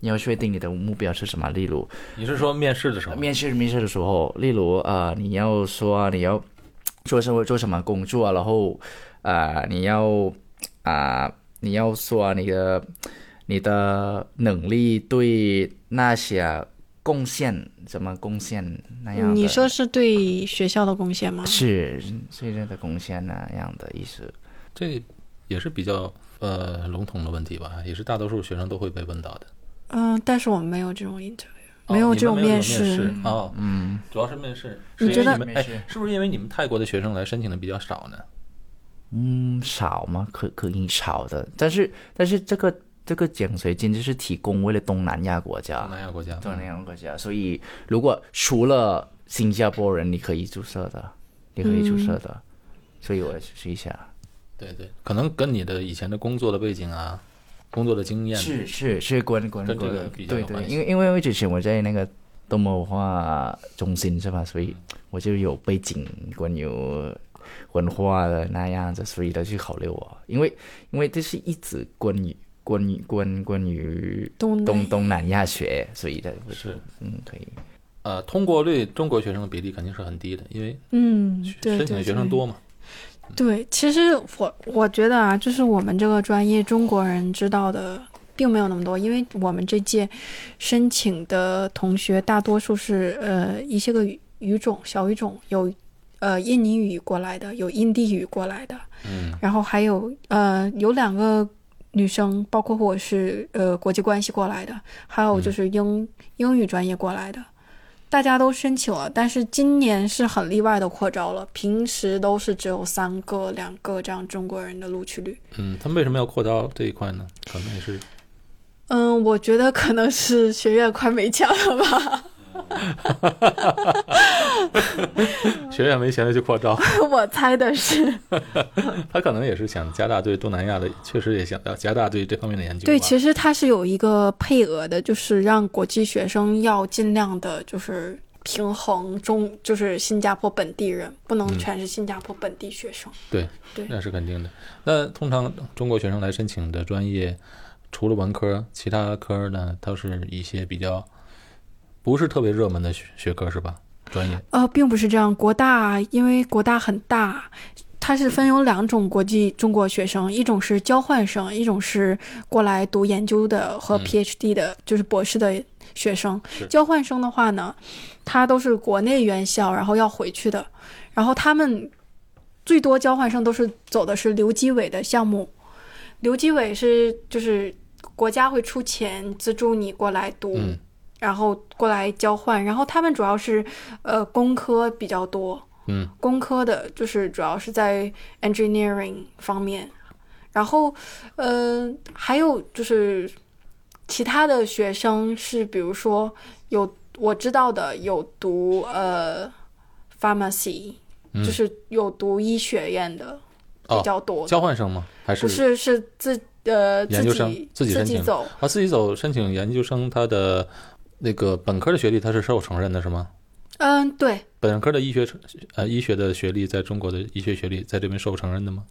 C: 你要确定你的目标是什么。例如
A: 你是说面试的时候？
C: 面试面试的时候，例如呃你要说你要做什么做什么工作，然后呃你要啊、你要说你的你的能力对那些贡献什么贡献那样的。
B: 你说是对学校的贡献吗？
C: 是最热的贡献那样的意思。
A: 这也是比较呃笼统的问题吧，也是大多数学生都会被问到的。
B: 嗯、但是我们没有这种 interview，、
A: 哦
B: 有
A: 你
B: 这种
A: 们没有
B: 面
A: 这种面试哦，
C: 嗯，
A: 主要是面试。
B: 你
A: 是
B: 觉
A: 因为
B: 得
A: 们哎，是不是因为你们泰国的学生来申请的比较少呢？
C: 嗯，少吗？可可以少的，但是但是这个这个奖学金就是提供为了东南亚国家，
A: 东南亚国家，
C: 东南亚国家，所以如果除了新加坡人，你可以注册的，你可以注册的，所以我要试一下。
A: 对对，可能跟你的以前的工作的背景啊，工作的经验
C: 是是是，关关
A: 跟这
C: 关
A: 个比较
C: 对
A: 有关
C: 对，
A: 系
C: 因为因为因为之前我在那个东盟文化中心是吧，所以我就有背景关于文化的那样子，所以他去考虑我，因为因为这是一直关于关于关关于
B: 东
C: 东
B: 东
C: 东南亚学，所以他我就是嗯可以
A: 呃，通过率中国学生的比例肯定是很低的，因为
B: 嗯，对
A: 申请
B: 对
A: 的学生
B: 对。
A: 多嘛。
B: 对，其实我我觉得啊，就是我们这个专业中国人知道的并没有那么多，因为我们这届申请的同学大多数是呃一些个语语种小语种，有呃印尼语过来的，有印地语过来的，
A: 嗯，
B: 然后还有呃有两个女生，包括我是呃国际关系过来的，还有就是英、英语专业过来的，大家都申请了，但是今年是很例外的扩招了，平时都是只有三个两个这样中国人的录取率。
A: 嗯，他们为什么要扩招这一块呢？可能也是
B: 嗯，我觉得可能是学院快没钱了吧， [laughs] 嗯
A: 学院没钱了就扩招， [laughs]
B: 我猜的是。
A: 他可能也是想加大对东南亚的，确实也想要加大对这方面的研究吧。
B: 对，其实它是有一个配额的，就是让国际学生要尽量的，就是平衡中，就是新加坡本地人，不能全是新加坡本地学生。
A: 那是肯定的。那通常中国学生来申请的专业，除了文科，其他科呢，都是一些比较不是特别热门的学学科，是吧？专业
B: 呃，并不是这样，国大因为国大很大。它是分有两种国际中国学生，一种是交换生，一种是过来读研究的和
A: 嗯
B: PhD 的，就是博士的学生
A: 是。
B: 交换生的话呢，他都是国内院校，然后要回去的，然后他们最多交换生都是走的是刘基伟的项目，刘基伟是就是国家会出钱资助你过来读，
A: 嗯
B: 然后过来交换，然后他们主要是呃工科比较多，
A: 嗯，
B: 工科的就是主要是在 engineering 方面，然后呃还有就是其他的学生是比如说有我知道的有读呃 pharmacy，、
A: 嗯
B: 就是有读医学院的
A: 哦
B: 比较多，
A: 交换生吗？还是
B: 不是是自呃
A: 研
B: 自
A: 究生
B: 己
A: 自己申请
B: 走，
A: 啊？自己走申请研究生，他的那个本科的学历他是受承认的，是吗？
B: 嗯对。
A: 本科的医学呃医学的学历，在中国的医学学历在这边受承认的吗？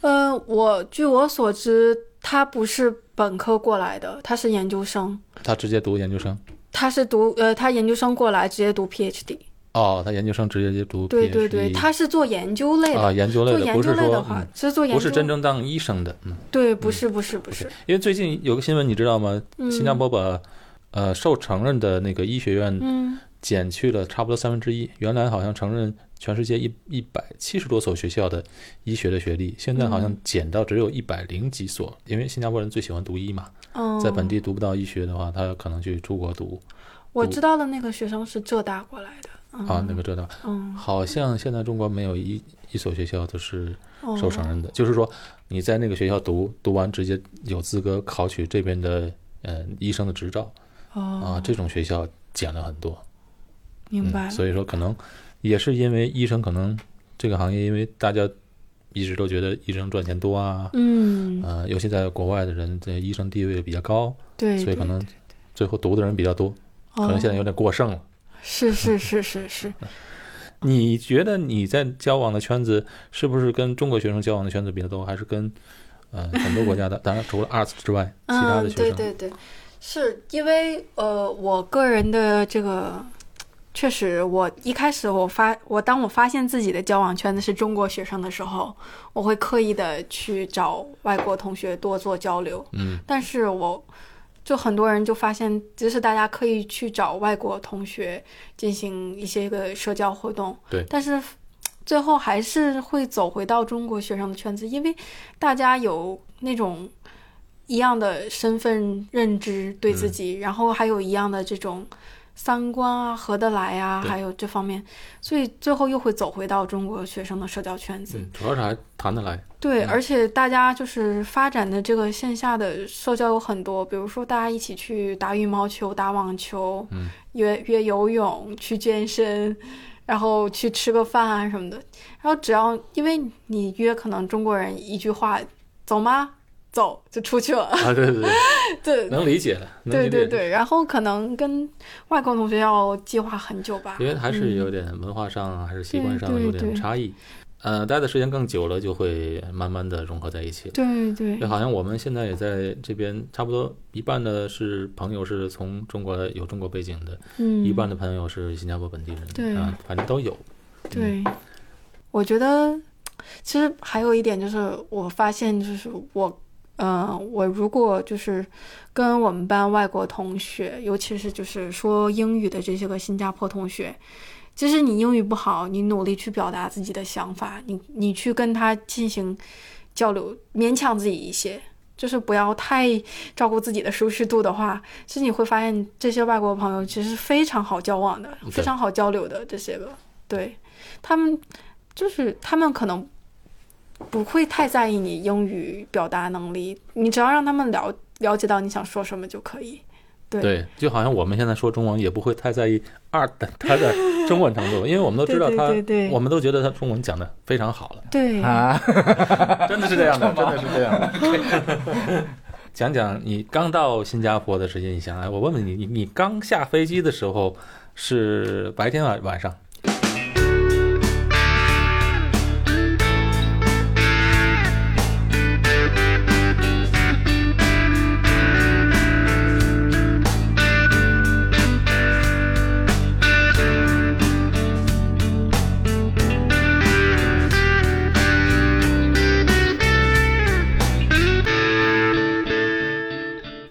B: 呃，我据我所知，他不是本科过来的，他是研究生，
A: 他直接读研究生
B: 他是读呃，他研究生过来直接读 PhD。
A: 哦，他研究生直接读
B: 对对
A: PhD
B: 对，他是做研究类的，
A: 啊研究类
B: 做
A: 的，
B: 研
A: 不
B: 究
A: 是
B: 类
A: 说
B: 的话、
A: 嗯
B: 是做研究，
A: 不是真正当医生的，嗯。
B: 对，不是不是不是，
A: 因为最近有个新闻，你知道吗？
B: 嗯
A: 新加坡把呃受承认的那个医学院
B: 嗯
A: 减去了差不多三分之一。原来好像承认全世界一一百七十多所学校的医学的学历，现在好
B: 嗯
A: 像减到只有一百零几所。因为新加坡人最喜欢读医嘛，
B: 嗯，
A: 在本地读不到医学的话，他可能去出国读。
B: 我
A: 读
B: 知道的那个学生是浙大过来的，
A: 啊，那个浙大，
B: 哦嗯，
A: 好像现在中国没有一一所学校都是
B: 哦
A: 受承认的，就是说你在那个学校读，读完直接有资格考取这边的呃医生的执照啊，
B: 哦，
A: 这种学校减了很多。
B: 明白
A: 嗯。
B: 了。
A: 所以说，可能也是因为医生可能这个行业，因为大家一直都觉得医生赚钱多啊，
B: 嗯，
A: 呃，尤其在国外的人，这医生地位比较高，
B: 对，
A: 所以
B: 对
A: 可能最后读的人比较多，可能现在有
B: 哦、
A: 点过剩了。
B: 是是是
A: [laughs]
B: 是是，
A: 你觉得你在交往的圈子是不是跟中国学生交往的圈子比较多，还是跟
B: [laughs]
A: 呃很多国家的？当然，除了 arts 之外，其他的
B: 嗯，
A: 学
B: 对
A: 生，
B: 对对，是因为呃，我个人的这个。确实，我一开始我发我当我发现自己的交往圈子是中国学生的时候，我会刻意的去找外国同学多做交流。
A: 嗯
B: 但是我就很多人就发现，即使大家刻意去找外国同学进行一些个社交活动，
A: 对
B: 但是最后还是会走回到中国学生的圈子，因为大家有那种一样的身份认知
A: 嗯
B: 对自己，然后还有一样的这种。三观啊，合得来啊，
A: 对
B: 还有这方面，所以最后又会走回到中国学生的社交圈子。
A: 嗯，主要是还谈
B: [laughs]
A: 得来，
B: 对，
A: 嗯
B: 而且大家就是发展的这个线下的社交有很多，比如说大家一起去打羽毛球、打网球，
A: 嗯
B: 约约游泳、去健身，然后去吃个饭啊什么的。然后只要因为你约，可能中国人一句话“走吗？”走就出去了。
A: [laughs]
B: [laughs]
A: 啊，对对对，
B: 对
A: 能理解的，能
B: 对
A: 理解
B: 对
A: 的，
B: 对，然后可能跟外国同学要计划很久吧
A: 因。为还是有点文化上啊还是习惯上
B: 嗯对
A: 有
B: 对
A: 点
B: 对
A: 差异，呃，待的时间更久了，就会慢慢的融合在一起了。
B: 对对
A: 对，好像我们现在也在这边，差不多一半的是朋友是从中国有中国背景的，
B: 嗯，
A: 一半的朋友是新加坡本地人，
B: 对
A: 啊，反正都有。嗯
B: 对，我觉得其实还有一点就是，我发现就是我，呃，我如果就是跟我们班外国同学，尤其是就是说英语的这些个新加坡同学。即使你英语不好，你努力去表达自己的想法，你你去跟他进行交流，勉强自己一些，就是不要太照顾自己的舒适度的话，其实你会发现这些外国朋友其实非常好交往的，非
A: 对
B: 常好交流的这些个，对他们就是他们可能不会太在意你英语表达能力，你只要让他们了了解到你想说什么就可以。对
A: 对，就好像我们现在说中文也不会太在意二 [laughs] 的他的中文程度，因为我们都知道他，
B: 对对对对
A: 我们都觉得他中文讲的非常好了，
B: 对，
C: [laughs] 啊，
A: 嗯真的是这样的，真的是这样的。讲讲你刚到新加坡的时间，你想哎，我问问你，你你刚下飞机的时候是白天晚晚上？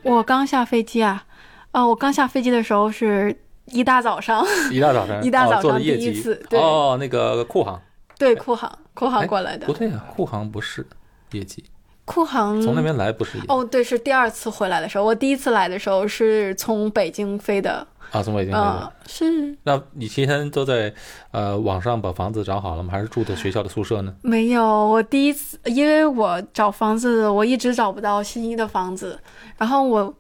B: 我刚下飞机啊，啊，我刚下飞机的时候是一大早上，
A: [laughs] 一大早上，
B: 一大早上
A: 哦、做的业
B: 第一
A: 绩
B: 次对
A: 哦，那个库航
B: 对，库航，库航
A: 哎
B: 过来的
A: 不，对嗯啊，库航不是业绩，
B: 库航
A: 从那边来不是业绩、
B: 哦，对，是第二次回来的时候，我第一次来的时候是从北京飞的，
A: 啊，从北京来的。
B: 呃，是
A: 那你提前都在呃网上把房子找好了吗？还是住的学校的宿舍呢？
B: 没有，我第一次，因为我找房子，我一直找不到心仪的房子，然后我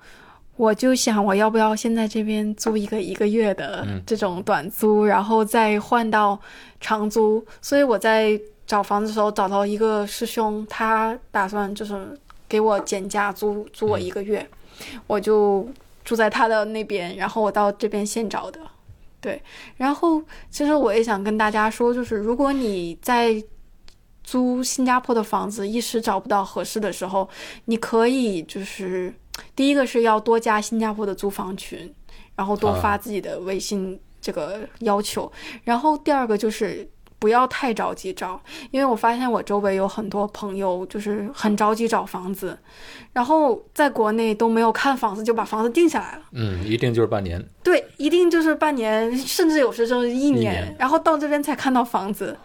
B: 我就想，我要不要先在这边租一个一个月的
A: 嗯
B: 这种短租，然后再换到长租。所以我在找房子的时候找到一个师兄，他打算就是给我减价租租
A: 嗯
B: 我一个月，我就住在他的那边，然后我到这边现找的。对，然后其实我也想跟大家说，就是如果你在租新加坡的房子一时找不到合适的时候，你可以就是第一个是要多加新加坡的租房群，然后多发
A: 啊
B: 自己的微信这个要求，然后第二个就是。不要太着急找，因为我发现我周围有很多朋友就是很着急找房子，然后在国内都没有看房子就把房子定下来了。
A: 嗯，一定就是半年。
B: 对，一定就是半年， [laughs] 甚至有时就是一年，
A: 年
B: 然后到这边才看到房子，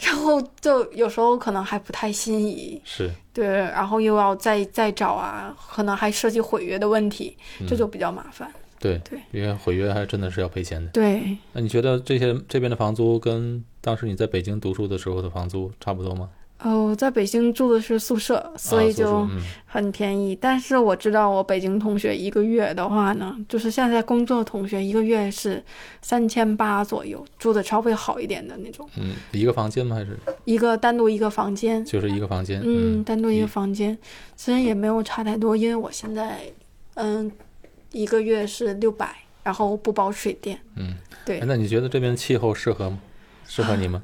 B: 然后就有时候可能还不太心仪，
A: 是，
B: 对，
A: 嗯
B: 然后又要再再找啊，可能还涉及毁约的问题，这就比较麻烦。
A: 对
B: 对，
A: 因为毁约还真的是要赔钱的。
B: 对，
A: 那你觉得这些这边的房租跟当时你在北京读书的时候的房租差不多吗？
B: 哦，我在北京住的是宿舍，所
A: 啊
B: 以
A: 宿舍
B: 就
A: 嗯
B: 很便宜。但是我知道我北京同学一个月的话呢，就是现在工作的同学一个月是三千八左右，住的稍微好一点的那种，
A: 嗯，一个房间吗？还是
B: 一个单独一个房间，
A: 就是一个房间？
B: 嗯，单独一
A: 一
B: 个房间，其实也没有差太多，因为我现在嗯一个月是六百，然后不包水电。
A: 嗯，
B: 对啊
A: 哎那你觉得这边气候适
B: [laughs]
A: 合吗？适合你吗？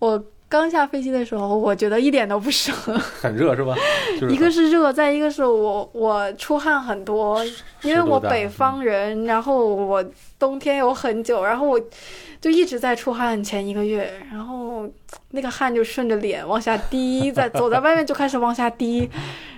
B: 我刚下飞机的时候，我觉得一点都不适合。
A: 很热
B: [laughs]
A: 是吧？就是
B: 一个是热，再一个是我我出汗很多，因为
A: 湿度
B: 我
A: 大
B: 北
A: 嗯
B: 方人，然后我冬天有很久，然后我就一直在出汗，前一个月，然后那个汗就顺着脸往下滴，在走在外面就开始往下滴，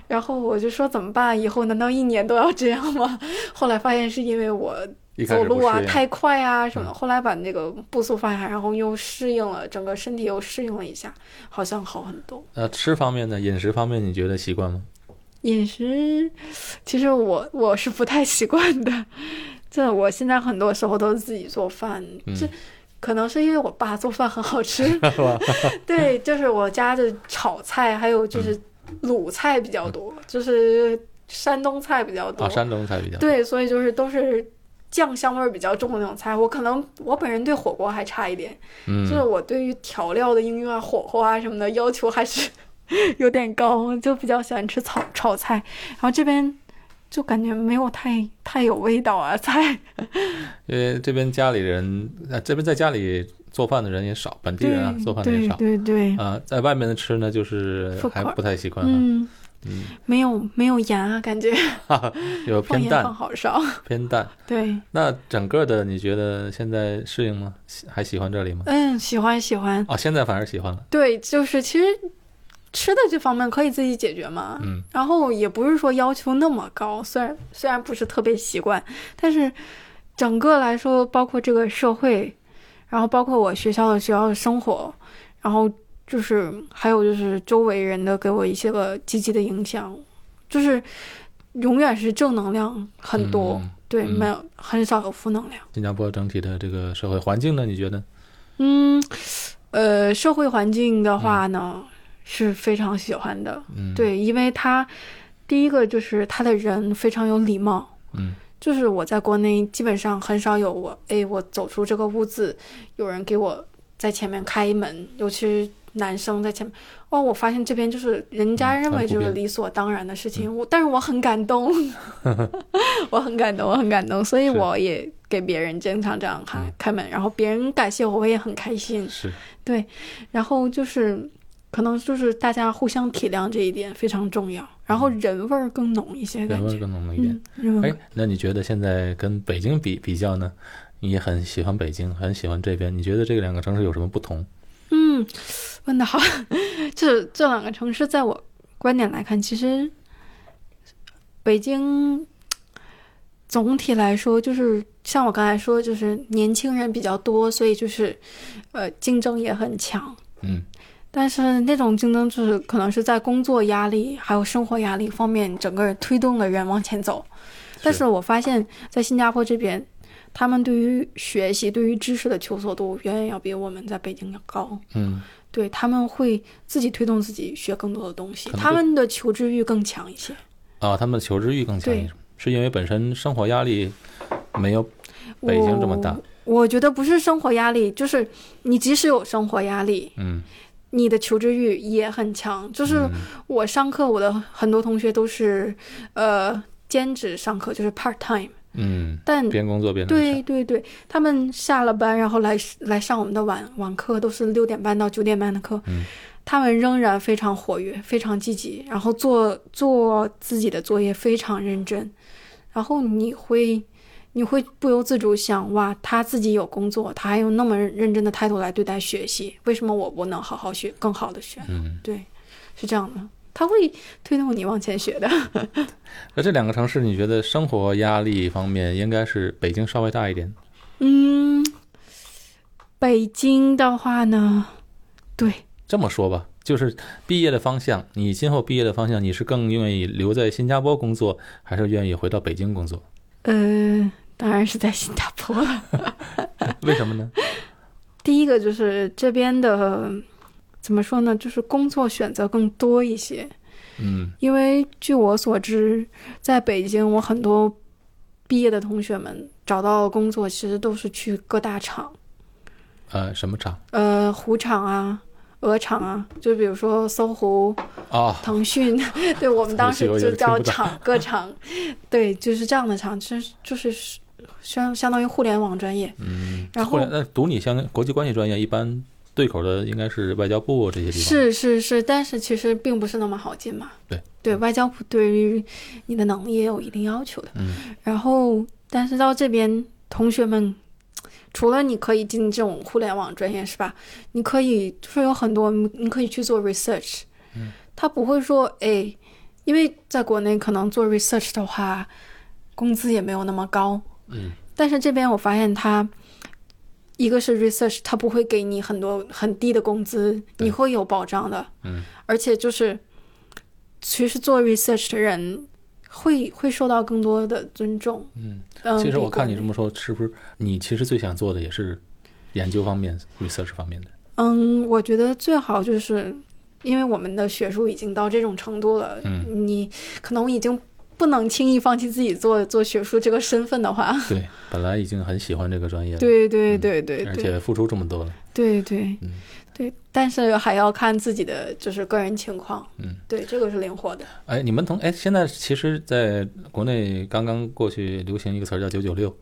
B: 然后我就说怎么办？以后难道一年都要这样吗？ [laughs] 后来发现是因为我
A: 一开
B: 走
A: 始不
B: 路啊
A: 适应
B: 太快啊什么的，
A: 嗯
B: 后来把那个步速放下，然后又适应了，整个身体又适应了一下，好像好很多。
A: 呃，吃方面呢，饮食方面你觉得习惯吗？
B: 饮食，其实我我是不太习惯的。这我现在很多时候都是自己做饭，
A: 嗯
B: 这可能是因为我爸做饭很
A: [laughs]
B: 好吃。对，就是我家的炒菜还有就是
A: 嗯
B: 鲁菜比较多，就是山东菜比较多。
A: 啊，山东菜比较。
B: 对，所以就是都是。酱香味儿比较重的那种菜，我可能我本人对火锅还差一点，
A: 嗯，
B: 就是我对于调料的应用啊、火候啊什么的要求还是 [laughs] 有点高，就比较喜欢吃炒炒菜。然后这边就感觉没有太太有味道啊菜，
A: 因为这边家里人，呃，这边在家里做饭的人也少，本地
B: 对
A: 人啊做饭的也
B: 对
A: 少。
B: 对对，
A: 啊，在外面的吃呢，就是
B: 复
A: 还
B: 刻
A: 不太习惯啊，
B: 嗯，
A: 嗯，
B: 没有没有盐啊，感觉
A: 有
B: 放
A: 偏
B: 盐放
A: 淡，
B: 好少。
A: 偏淡。
B: 对，
A: 那整个的，你觉得现在适应吗？喜还喜欢这里吗？
B: 嗯，喜欢喜欢。
A: 啊，现在反而喜欢了。
B: 对，就是其实吃的这方面可以自己解决嘛，
A: 嗯，
B: 然后也不是说要求那么高，虽然虽然不是特别习惯，但是整个来说，包括这个社会，然后包括我学校的学校的生活，然后就是还有就是周围人的给我一些个积极的影响，就是永远是正能量很多，
A: 嗯
B: 对，
A: 嗯
B: 没有很少有负能量。
A: 新加坡整体的这个社会环境呢，你觉得？
B: 嗯，呃，社会环境的话呢，是非常喜欢的。
A: 嗯，，
B: 对，因为他第一个就是他的人非常有礼貌，
A: 嗯，
B: 就是我在国内基本上很少有我，哎，我走出这个屋子，有人给我在前面开门，尤其是男生在前面，哦，我发现这边就是人家
A: 嗯
B: 认
A: 很
B: 为
A: 普
B: 就是
A: 遍嗯
B: 理所当然的事情，我但是我很感
A: [laughs]
B: 动，我很感动，我很感动，所以
A: 是
B: 我也给别人经常这样开
A: 嗯
B: 开门，然后别人感谢我，我也很开心，
A: 是，
B: 然后就是，可能就是大家互相体谅这一点非常重要，然后人味儿更浓一些，
A: 嗯
B: 感
A: 人味
B: 觉。
A: 更浓了一点。
B: 嗯，人味
A: 哎
B: 儿。，
A: 那你觉得现在跟北京比比较呢？你也很喜欢北京，很喜欢这边，你觉得这两个城市有什么不同？
B: 嗯，问的好。 [laughs] 这这两个城市，在我观点来看，其实北京总体来说，就是像我刚才说，就是年轻人比较多，所以就是呃，竞争也很强。
A: 嗯，
B: 但是那种竞争就是可能是在工作压力还有生活压力方面，整个推动了人往前走。但是我发现，在新加坡这边，他们对于学习、对于知识的求索度远远要比我们在北京要高。
A: 嗯，
B: 对他们会自己推动自己学更多的东西，
A: 可能
B: 他
A: 对
B: 们的求知欲更强一些。
A: 啊，他们的求知欲更强一
B: 对
A: 点，是因为本身生活压力没有北京这么大。
B: 我，我觉得不是生活压力，就是你即使有生活压力，
A: 嗯，
B: 你的求知欲也很强。就是
A: 嗯
B: 我上课，我的很多同学都是，呃，兼职上课，就是 part time，
A: 嗯，
B: 但
A: 边工作边来
B: 对
A: 上，
B: 对对，他们下了班然后来来上我们的晚晚课，都是六点半到九点半的课，
A: 嗯
B: 他们仍然非常活跃，非常积极，然后做做自己的作业非常认真，然后你会。你会不由自主想，哇，他自己有工作，他还用那么认真的态度来对待学习，为什么我不能好好学，更好的学？
A: 嗯，
B: 对，是这样的，他会推动你往前学的。
A: 那这两个城市，你觉得生活压力方面应该是北京稍微大一点？
B: 嗯，北京的话呢，对，
A: 这么说吧，就是毕业的方向，你今后毕业的方
B: [laughs]
A: 向，你是更愿意留在新加坡工作，还是愿意回到北京工作？
B: 呃，当然是在新加坡 [laughs] 了。
A: 为什么呢？
B: 第一个就是这边的怎么说呢，就是工作选择更多一些。
A: 嗯
B: 因为据我所知，在北京，我很多毕业的同学们找到工作，其实都是去各大厂，
A: 呃，什么厂？
B: 呃，湖厂啊、鹅厂啊，就比如说搜狐、
A: 哦，
B: [laughs] 腾讯，对我们当时
A: 对 [laughs] 不起我
B: 就
A: 有点
B: 叫
A: 听不懂
B: 厂各厂， [laughs] 对，就是这样的厂，其实就是相相当于互联网专业。
A: 嗯，
B: 然后
A: 或者那读你相当国际关系专业，一般对口的应该是外交部这些地方。，
B: 是是是，但是其实并不是那么好进嘛。
A: 对
B: 对，外交部对于你的能力也有一定要求的。
A: 嗯
B: 然后，但是到这边，同学们除了你可以进这种互联网专业是吧？你可以就是有很多，你你可以去做 research。
A: 嗯，
B: 他不会说哎，因为在国内可能做 research 的话，工资也没有那么高。
A: 嗯，
B: 但是这边我发现他，一个是 research，他不会给你很多很低的工资，
A: 对
B: 你会有保障的。
A: 嗯，
B: 而且就是，其实做 research 的人会会受到更多的尊重。
A: 嗯，
B: 嗯，
A: 其实我
B: 比国
A: 看你
B: 内
A: 这么说，是不是你其实最想做的也是研究方面、research 方面的？
B: 嗯，我觉得最好就是，因为我们的学术已经到这种程度了，
A: 嗯
B: [laughs] 你可能已经不能轻易放弃自己做做学术这个身份的话，
A: 对，本来已经很喜欢这个专业了，
B: 对对对对
A: 嗯而
B: 对
A: 且付出这么多了，
B: 对对
A: 嗯
B: 对，但是还要看自己的就是个人情况，
A: 嗯。
B: 对，这个是灵活的。
A: 哎，你们同哎，现在其实在国内刚刚过去流行一个词儿叫“九九六”，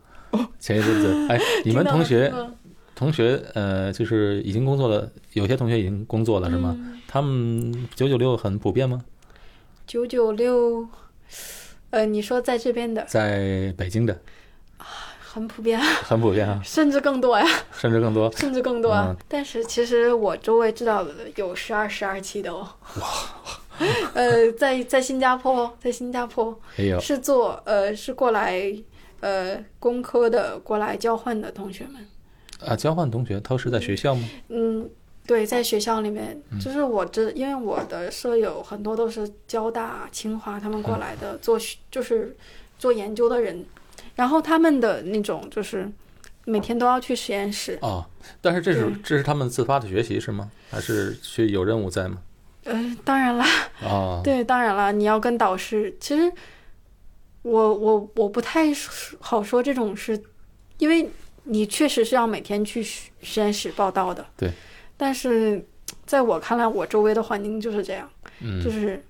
A: 前一阵子，哎，你们
B: 哦听到
A: 同
B: 了
A: 学
B: 听到了
A: 同学呃，就是已经工作了，有些同学已经工作了是吗？
B: 嗯
A: 他们“九九六”很普遍吗？
B: 九九六，呃，你说在这边的
A: 在北京的
B: 很普
A: [laughs]
B: 遍，
A: 很普遍啊，
B: 甚至更多呀，
A: 甚至更多。
B: 甚至更多。啊
A: 嗯
B: 但是其实我周围知道的有十二、十二期的哦。哇！ [laughs] 呃，在在新加坡，在新加坡
A: 也有
B: 是做呃是过来呃工科的过来交换的同学们，
A: 啊，交换同学，他是在学校吗？
B: 嗯。对，在学校里面，就是我知，因为我的舍友很多都是交大、清华他们过来的，做学就是做研究的人，然后他们的那种就是每天都要去实验室，
A: 啊，但是这是
B: 对
A: 这是他们自发的学习是吗？还是去有任务在吗？
B: 嗯、当然啦， [laughs]
A: 啊，
B: 对，当然了，你要跟导师。其实我我我不太好说这种事，因为你确实是要每天去实实验室报道的。
A: 对。
B: 但是在我看来，我周围的环境就是这样，就
A: 嗯，
B: 是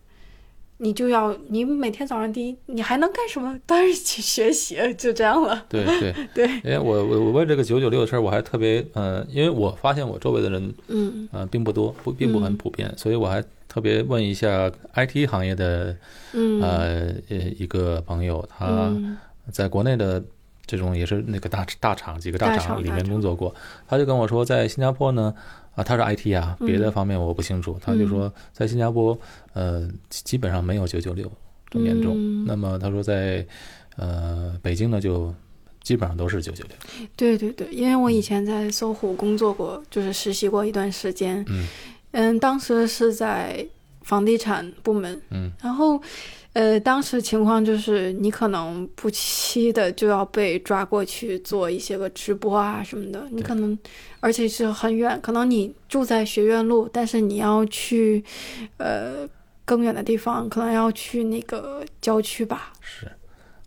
B: 你就要你每天早上第一，你还能干什么？当然是去学习，就这样
A: [laughs]
B: 了。
A: 对对。
B: [laughs] 对，
A: 哎，我我我为这个九九六的事儿，我还特别呃，因为我发现我周围的人
B: 嗯
A: 呃并不多，不并不很
B: 嗯
A: 普遍，所以我还特别问一下 IT 行业的
B: 嗯
A: 呃呃一个朋友，他
B: 嗯
A: 在国内的这种也是那个大大厂几个大
B: 大
A: 厂
B: 厂
A: 里
B: 大
A: 面
B: 厂
A: 工作过，他就跟我说，在新加坡呢，啊，他是 IT 啊，别的方面我不清楚，他就
B: 嗯
A: 说在新加坡，呃，基基本上没有九九六这么严重。
B: 嗯
A: 那么他说在呃北京呢，就基本上都是九九六。
B: 对对对，因为
A: 嗯
B: 我以前在搜狐工作过，就是实习过一段时间。
A: 嗯
B: 嗯当时是在房地产部门，
A: 嗯
B: 然后呃，当时情况就是你可能不期的就要被抓过去做一些个直播啊什么的，你可能而且是很远，可能你住在学院路，但是你要去呃更远的地方，可能要去那个郊区吧。
A: 是。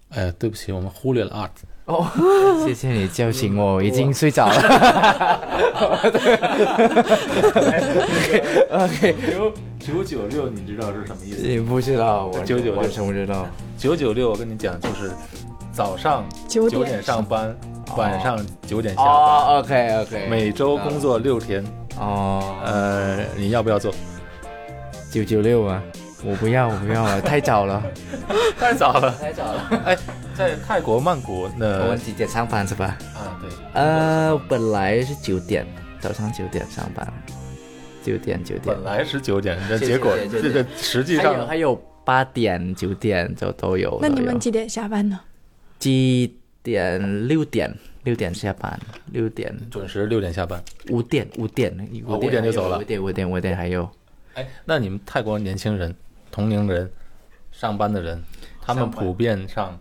A: 哎，对不起，我们忽略了 art。
C: 哦，谢谢你叫醒我，我已经睡着了。OK，
A: 九九九六，你知道是什么意？
C: 你不知道，我
A: 996
C: 完全不知道。
A: 九九六，我跟你讲，就是早上
B: 九
A: 九点上班，晚上九点下班。
C: 哦，OK OK，
A: 每周工作六天，
C: 哦，
A: 呃，你要不要做？
C: 九九六啊，我不要，我不要啊，太早了，
A: 太早了，
C: 太早了。
A: 哎，在泰国曼谷
C: 呃我
A: 那
C: 们几点上班是吧？
A: 啊，对，
C: 呃，本来是九点，早上九点上班，九点九点
A: 本，来是九点，但
C: 谢谢
A: 结果
C: 谢谢
A: 这个实际
C: 还有
A: 上
C: 还有八点九点就都有。
B: 那你
C: 都有
B: 们几点下班呢？
C: 几点？六点，六点下班，六点
A: 准时六点下班。
C: 五点五点
A: 哦
C: 五
A: 五点就走了
C: 五点五点五点还有
A: 哎，那你们泰国年轻人、同龄人、上班的人，他们
C: 上班
A: 普遍上，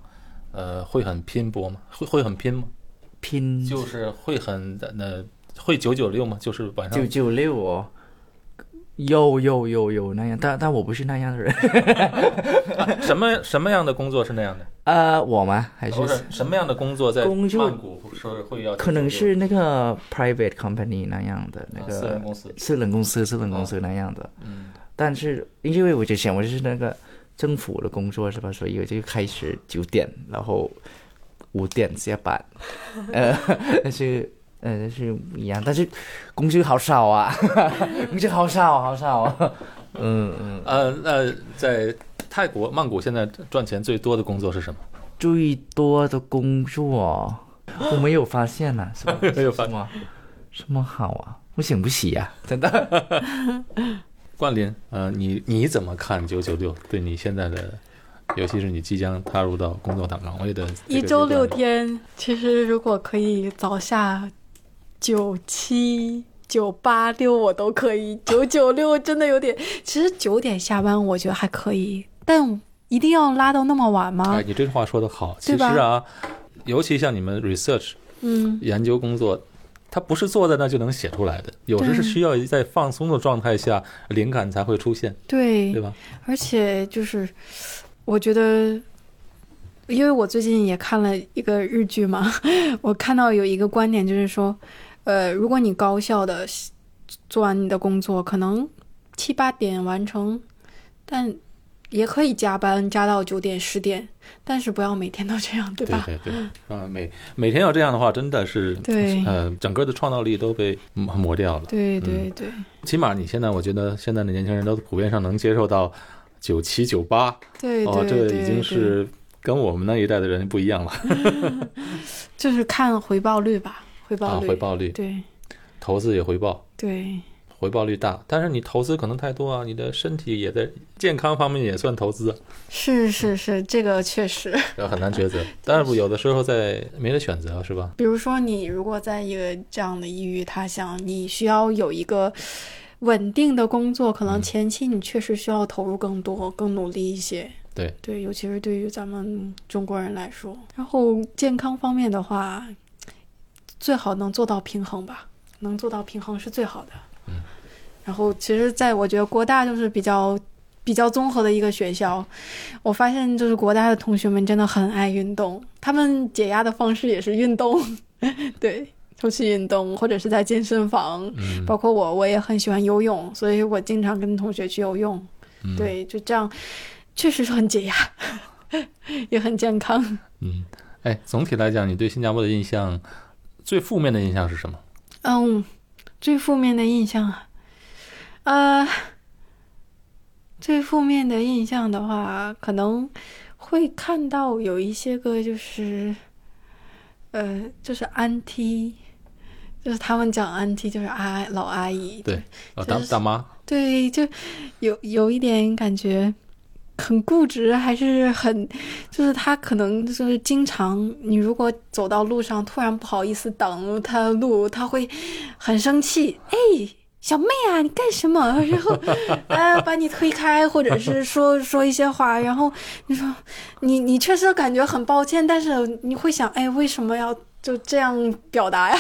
E: 呃，会很拼搏吗？会会很拼吗？
C: 拼
E: 就是会很呃，会九九六吗？就是晚
C: 九
E: 上
C: 九六哦，有有有有那样，但但我不是那样的人。
E: 什么什么样的工作是那样的？
C: 呃，我吗？还
E: 不
C: 是
E: 是什么样的工作在
C: 工作
E: 曼谷是会要？
C: 可能是那个 private company 那样的那
E: 啊私人
C: 个
E: 公司。
C: 私人公司、私人公司那样的。
E: 嗯，
C: 但是因为我之前我就是那个政府的工作是吧，所以我就开始九点，然后五点下班，呃，但是呃但是不一样，但是工作好少啊，工作好少好少、啊，嗯嗯，
E: 呃，那在泰国曼谷现在赚钱最多的工作是什么？
C: 最多的工作
E: [gasps]
C: 我没有发现呢、什么
E: [laughs] 没有发
C: 什么什么好啊，我想不起呀、真的。
E: 冠霖，呃，你你怎么看九九六对你现在的，尤其是你即将踏入到工作岗位的这个
B: 一周
E: 阶段
B: 六天，其实如果可以早下九七。九八六我都可以，九九六真的有点。其实九点下班我觉得还可以，但一定要拉到那么晚吗
E: 哎，？你这话说的好。其
B: 对
E: 实
B: 吧
E: 啊，尤其像你们 research
B: 嗯，
E: 研究工作，它不是坐在那就能写出来的，有时
B: 对
E: 是需要在放松的状态下，灵感才会出现，
B: 对
E: 对吧？
B: 而且就是，我觉得，因为我最近也看了一个日剧嘛， [laughs] 我看到有一个观点就是说，呃，如果你高效的做完你的工作，可能七八点完成，但也可以加班加到九点十点，但是不要每天都这样，对
E: 对
B: 吧？
E: 对对，啊，每每天要这样的话，真的是，
B: 对
E: 呃，整个的创造力都被磨磨掉了。
B: 对对对，
E: 起码你现在，我觉得现在的年轻人都普遍上能接受到九七九八，
B: 对
E: 哦，
B: 对
E: 这
B: 对
E: 已经
B: 对
E: 是跟我们那一代的人不一样了
B: 就是看回报率吧，回
E: 啊
B: 报，率，
E: 回报率，
B: 对
E: 投资也回报。
B: 对
E: 回报率大，但是你投资可能太多啊，你的身体也在健康方面也算投资啊，
B: 是是是，这个确实。
E: 然后很难抉择。但是有的时候在没得选择，是吧？
B: 比如说，你如果在一个这样的异域他乡，你需要有一个稳定的工作，可
E: 嗯
B: 能前期你确实需要投入更多、更努力一些。
E: 对
B: 对，尤其是对于咱们中国人来说，然后健康方面的话，最好能做到平衡吧，能做到平衡是最好的。
E: 嗯。
B: 然后，其实，在我觉得国大就是比较比较综合的一个学校，我发现就是国大的同学们真的很爱运动，他们解压的方式也是运动，对，出去运动或者是在健身房，
E: 嗯，
B: 包括我，我也很喜欢游泳，所以我经常跟同学去游泳，
E: 嗯，
B: 对，就这样，确实是很解压， [laughs] 也很健康。
E: 嗯，哎，总体来讲，你对新加坡的印象最负面的印象是什么？
B: 嗯，最负面的印象啊，呃，最负面的印象的话，可能会看到有一些个就是，呃，就是安 T，就是他们讲安 T，就是阿老阿姨，
E: 对呃，大
B: 就是
E: 大妈，
B: 对，就有有一点感觉很固执，还是很，就是他可能就是经常，你如果走到路上突然不好意思挡他的路，他会很生气，哎。小妹啊，你干什么？ [laughs] 然后，哎，把你推开，或者是说说一些话，然后你说，你你确实感觉很抱歉，但是你会想，哎，为什么要就这样表达呀？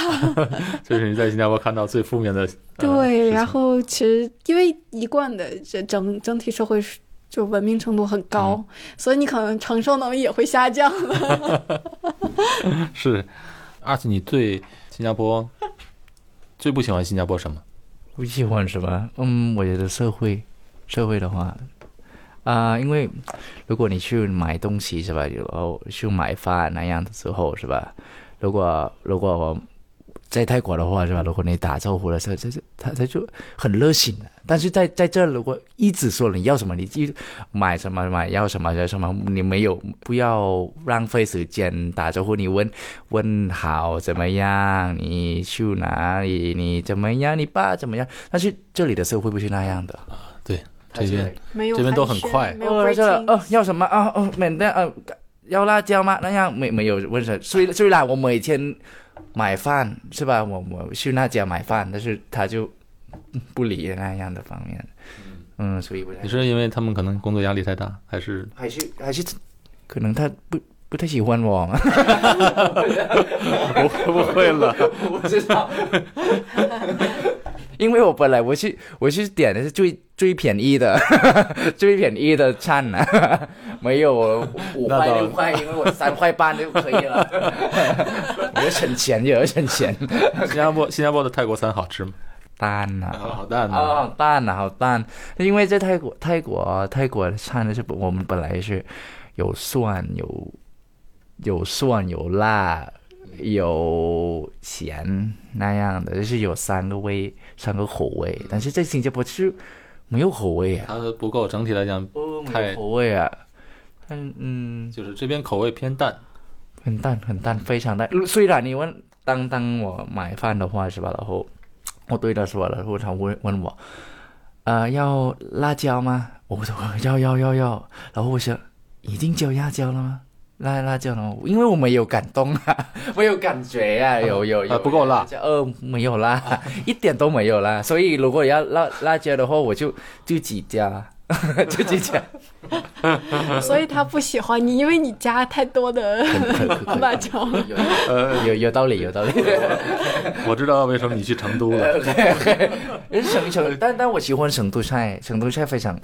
E: 这是你在新加坡看到最负面的。呃事
B: 对，
E: 情
B: 然后其实因为一贯的这整整体社会是就文明程度很高，
A: 嗯
B: 所以你可能承受能力也会下降。
E: 是，而且你对新加坡最不喜欢新加坡什么？
C: 不喜欢什么？嗯，我觉得社会，社会的话，啊、因为如果你去买东西是吧，然后去买饭那样的时候是吧，如果如果我在泰国的话是吧，如果你打招呼的时候，就是他他就很热情的。但是在在这，如果一直说你要什么，你就买什么买要什么要什么，你没有不要浪费时间打招呼，你问问好怎么样，你去哪里，你怎么样，你爸怎么样？但是这里的社会不是那样的，
E: 啊对，这边
B: 没有
E: 这边都
B: 寒
E: 很
B: 暄
E: 快
B: 没有
C: 哦，这个
B: breaking
C: 哦，要什么啊？哦，免得呃，要辣椒吗？那样没没有问题。虽虽然我每天买饭是吧？我我去那家买饭，但是他就不理那样的方面。嗯，所以我在
E: 你是因为他们可能工作压力太大，还是
C: 还是还是可能他不不太喜欢
A: [laughs]
C: 我，
A: 我不会了，
C: 我知道，因为我本来我去我去点的是最最便宜的最便宜的餐呢、没有我五
A: 那
C: 块
A: 倒
C: 六块，因为我三块半就可以了，我要省钱就要省钱，
A: 新加
E: [laughs]
A: 坡新加坡的泰国餐好吃吗？
C: 淡呐、
A: 好淡
C: 啊、
A: 啊！
C: 好淡呐、好淡！因为在泰国，泰国，泰国的餐呢是我们本来是有蒜，有有蒜，有辣，有咸那样的，就是有三个味，三个口味。但是在新加坡吃没有口味啊，
A: 它的不够，整体来讲
C: 哦，没
A: 太
C: 有口味啊。嗯嗯，
A: 就是这边口味偏淡。
C: 很淡很淡，非常淡。虽然你问当当我买饭的话是吧，然后我对他说了，然后他问问我，呃，要辣椒吗？我说要要要要，然后我说已经叫辣椒了吗？辣辣椒了吗？因为我没有感动啊， [laughs] 没有感觉啊，有有有、
A: 啊不够辣啊
C: 呃，没有辣，一点都没有辣。所以如果要辣辣椒的话，我就就几家， [laughs] 就几家，
B: 所以他不喜欢你，因为你加太多的 [laughs] 辣椒了。
C: 有
A: 呃，
C: 有有道理，有道理。
A: 我知道为什么你去成都
C: [laughs]
A: 了，
C: 成成，但但我喜欢成都菜，成都菜非常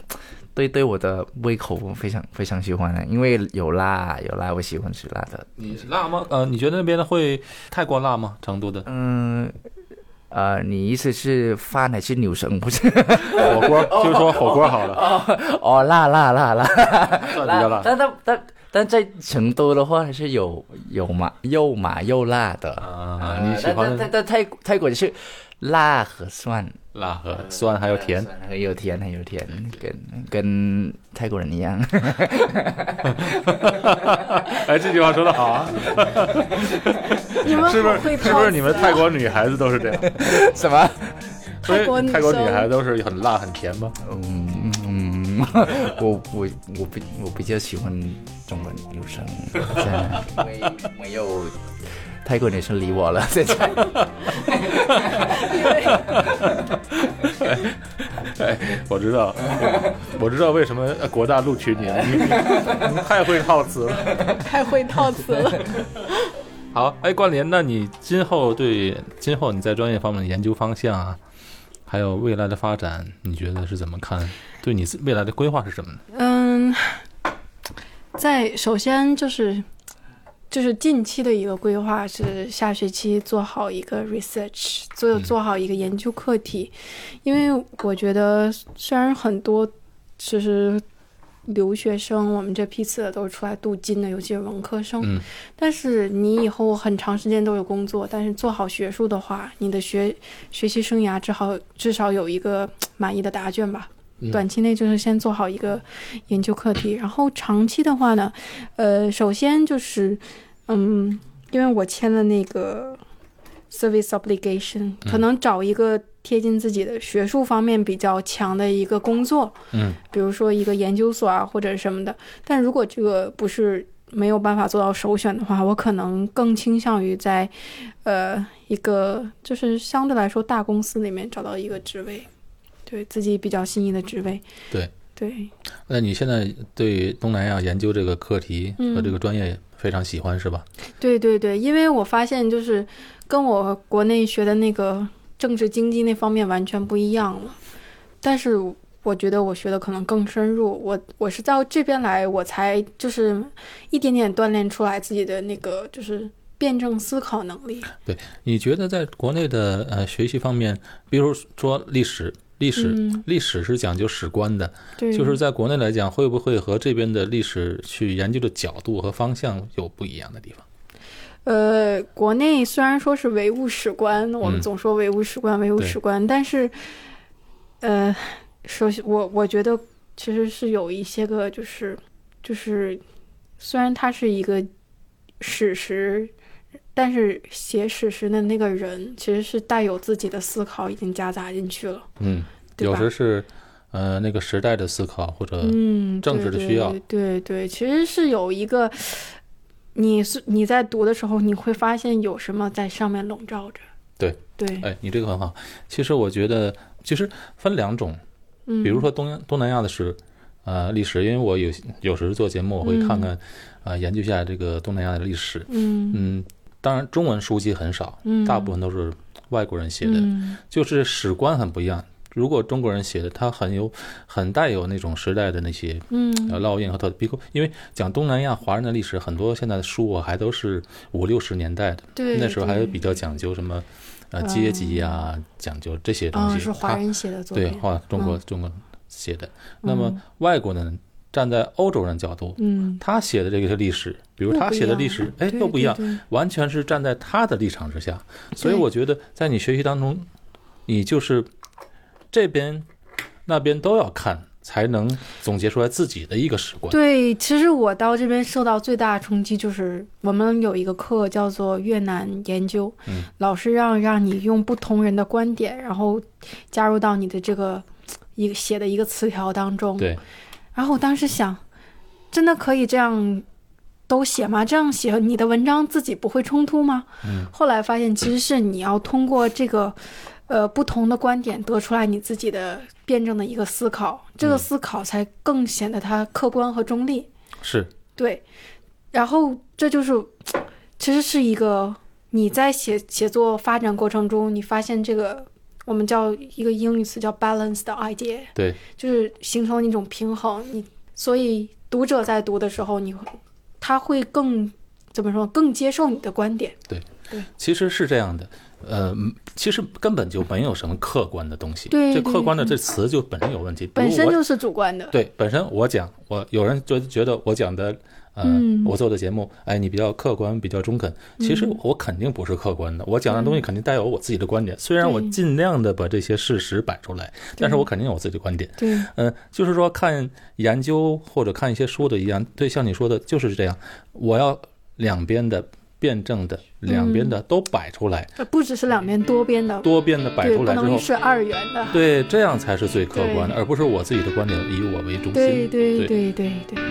C: 对对我的胃口我非常非常喜欢啊的，因为有辣有辣，我喜欢吃辣的。
A: 你辣吗？呃，你觉得那边的会太过辣吗？成都的
C: 嗯，呃，你意思是饭还是牛 [laughs] 舌？不是，
A: 火 [laughs] 锅，就说火锅好了，
C: 哦，辣辣辣辣
A: 算比较
C: 辣，
A: 辣。
C: 但但但但在成都的话还是有有麻又麻又辣的。
A: 啊，你喜欢
C: 但但但泰国泰国就是辣和蒜。
A: 辣和酸还有甜，
C: 酸，很有甜，很有甜，跟跟泰国人一样。
A: [laughs] 哎，这句话说的好啊，
B: 你们
A: 是不
B: 好
A: 是？
B: 会
A: 是不是你们
B: 泡
A: 泰国女孩子都是这样？
C: [laughs] 什么？ [laughs]
A: 所
B: 泰国
A: 以
B: 女
A: 泰国女
B: 生
A: 孩子都是很辣很甜吗？ [laughs]
C: 嗯嗯，我我我比我比较喜欢中文女生，现在 [laughs] 没没有 [laughs] 泰国女生理我了，现在
A: 哎，我知道，我知道为什么呃国大录取你了，你你太会套词了。
B: 太会套词了。
A: 好，哎，关联，那你今后对今后你在专业方面的研究方向啊，还有未来的发展，你觉得是怎么看？对你自未来的规划是什么呢？
B: 嗯，在首先就是就是近期的一个规划是下学期做好一个 research，做
A: 嗯
B: 做好一个研究课题，因为我觉得虽然很多其实。留学生，我们这批次的都是出来镀金的，尤其是文科生。
A: 嗯
B: 但是你以后很长时间都有工作，但是做好学术的话，你的学学习生涯至少至少有一个满意的答卷吧。
A: 嗯
B: 短期内就是先做好一个研究课题，然后长期的话呢，呃，首先就是，嗯，因为我签了那个 service obligation，
A: 嗯
B: 可能找一个贴近自己的学术方面比较强的一个工作，
A: 嗯，
B: 比如说一个研究所啊或者什么的。但如果这个不是没有办法做到首选的话，我可能更倾向于在，呃，一个就是相对来说大公司里面找到一个职位，对自己比较心仪的职位。
A: 对
B: 对，
A: 那你现在对东南亚研究这个课题和
B: 嗯
A: 这个专业非常喜欢是吧？
B: 对对对，因为我发现就是跟我国内学的那个政治经济那方面完全不一样了，但是我觉得我学的可能更深入。我我是到这边来，我才就是一点点锻炼出来自己的那个就是辩证思考能力。
A: 你觉得在国内的呃学习方面，比如说历史，历史。
B: 嗯，
A: 历史是讲究史观的，
B: 对，
A: 就是在国内来讲，会不会和这边的历史去研究的角度和方向有不一样的地方？
B: 呃，国内虽然说是唯物史观，我们
A: 嗯
B: 总说唯物史观、唯物
A: 对
B: 史观，但是，呃，首先我我觉得其实是有一些个就是就是，虽然它是一个史实，但是写史实的那个人其实是带有自己的思考，已经夹杂进去了，
A: 嗯，
B: 对
A: 有
B: 吧？
A: 时是呃那个时代的思考或者
B: 嗯，
A: 政
B: 对
A: 治的
B: 对
A: 需要
B: 对对对，其实是有一个，你是你在读的时候，你会发现有什么在上面笼罩着。
A: 对
B: 对，
E: 呃
A: 哎，你这个很好。其实我觉得，其实分两种，
B: 嗯，
A: 比如说东东南亚的史，
E: 呃历史，因为我有有时做节目，我会看看，呃，研究一下这个东南亚的历史。
B: 嗯
E: 嗯，当然中文书籍很少，
B: 嗯，
E: 大部分都是外国人写的，
B: 嗯
E: 就是史观很不一样。如果中国人写的，他很有很带有那种时代的那些
B: 嗯
E: 呃烙印和特别，因为讲东南亚华人的历史，很多现在的书我还都是五六十年代的，
B: 对，
E: 那时候还
B: 对
E: 比较讲究什么呃阶级呀、讲究这些东
B: 嗯
E: 西。
B: 是华
E: 他
B: 人写的嗯作
E: 对
B: 品，
E: 画中国、中国写的。那么外国人站在欧洲人角度，
B: 嗯，
E: 他写的这个是历史，比如
B: 又
E: 他
B: 不一
E: 写的
B: 样啊
E: 历史，哎，
B: 对
E: 又不一
B: 对
E: 样，
B: 对
E: 完全是站在他的立场之下。所以
B: 对
E: 我觉得，在你学习当中，你就是这边、那边都要看，才能总结出来自己的一个史观。
B: 对，其实我到这边受到最大的冲击就是，我们有一个课叫做越南研究，
E: 嗯
B: 老师让让你用不同人的观点，然后加入到你的这个一个写的一个词条当中。
E: 对
B: 然后我当时想，真的可以这样都写吗？这样写你的文章自己不会冲突吗？
E: 嗯
B: 后来发现其实是你要通过这个。呃，不同的观点得出来你自己的辩证的一个思考，这个
E: 嗯
B: 思考才更显得它客观和中立。
E: 是，
B: 对，然后这就是其实是一个你在写写作发展过程中，你发现这个我们叫一个英语词叫 balance 的 idea，
E: 对，
B: 就是形成一种平衡。你所以读者在读的时候，你会他会更怎么说？更接受你的观点。
E: 其实是这样的。呃，嗯其实根本就没有什么客观的东西。
B: 对
E: 这
B: 对
E: 客观的
B: 对
E: 这词就本身有问题。比
B: 本
E: 如
B: 身
E: 我
B: 就是主观的，
E: 对，本身我讲，我有人觉觉得我讲的，呃，
B: 嗯
E: 我做的节目，哎，你比较客观，比较中肯。其实
B: 嗯
E: 我肯定不是客观的，我讲的东西肯定带有我自己的观点。虽然我
B: 对
E: 尽量的把这些事实摆出来，但是我肯定有我自己的观点。
B: 对，
E: 嗯、就是说看研究或者看一些书的一样，对，像你说的就是这样，我要两边的辩证的，两边
B: 嗯
E: 的都摆出来，
B: 呃不只是两边多边的，
E: 多边的摆
B: 对，
E: 出
B: 不
E: 来之
B: 能
E: 后。嗯
B: 是二元的。
E: 对，这样才是最客观
B: 对
E: 的，而不是我自己的观点以我为中心。
B: 对对对
E: 对
B: 对对，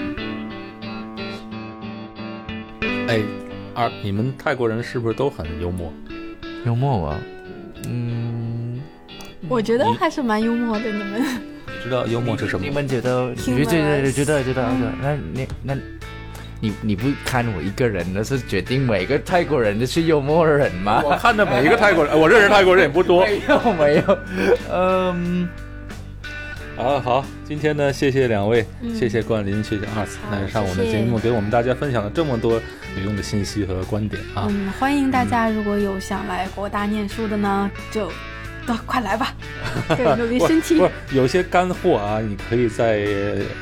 E: 哎，二，你们泰国人是不是都很幽默？
C: [laughs] 幽默啊，嗯，
B: 我觉得
E: 你
B: 还是蛮幽默的，你们。
E: 你知道幽默是什
C: 你
E: 么吗？
C: 们觉得？
B: 听
C: 觉
B: 了
C: 得觉得觉得
B: 嗯
C: 那你那。你你不看我一个人，那是决定每个泰国人都是幽默人吗？ [laughs]
E: 我看着每一个泰国人，我认识泰国人也不多
C: 没有没有， [laughs] 嗯，
E: [laughs] 啊。好，今天呢，谢谢两位，
B: 嗯
E: 谢谢冠霖，谢谢二次
B: 好
E: 来上我们的
B: 谢谢
E: 节目，给我们大家分享了这么多有用的信息和观点啊。
B: 嗯，欢迎大家，如果有想来国大念书的呢，就都快来
E: [laughs]
B: 吧，对，努力
E: 不是
B: 申
E: [laughs]
B: 请
E: 不。是，有些干货啊，你可以再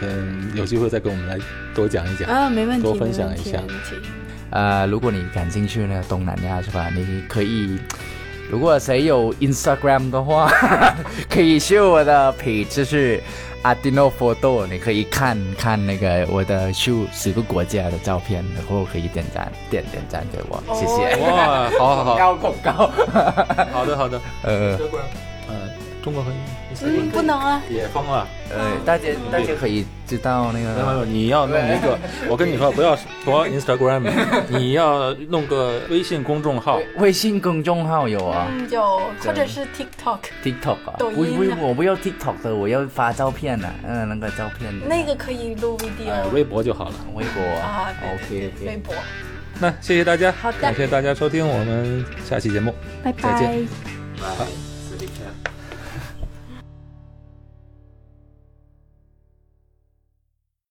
E: 嗯，有机会再给我们来多讲一讲。
B: 啊，没问题，
E: 多分享一
B: 没
E: 下
B: 问题。没问题
C: 呃，如果你感兴趣呢，东南亚是吧？你可以，如果谁有 Instagram 的话， [laughs] 可以去我的 page，就是 Adino Photo，你可以看看那个我的十十个国家的照片，然后可以点赞点点赞给我，
E: 哦
C: 谢谢。
E: 哇，好好好，
C: 高广告，
E: 好的好的，
C: 呃
E: 呃，中国和
B: 嗯，不能啊，
E: 也疯了。
C: 呃，大家大家可以知道那
E: 没有没
C: 个
E: 有，你要弄 [laughs] 一个，我跟你说，不要不要 Instagram，你 [laughs] 要弄个微信公众 [laughs] 号。
C: 微信公众号有啊
B: 嗯，有，或
C: 或
B: 者
C: 者
B: 是 TikTok
C: ，TikTok 啊，
B: 抖音
C: 我
B: 啊
C: 我我不要 TikTok 的，我要发照片的，嗯，那个照片的
B: 那个可以录 video
E: 哎，微博就好了。
C: 微博啊
B: 啊，对
C: OK
B: 对对，微
C: OK。
B: 博。
E: 那谢谢大家，
B: 好的
E: 感谢大家收听，我们下期节目
B: 拜
E: 再见
B: 拜。
E: 好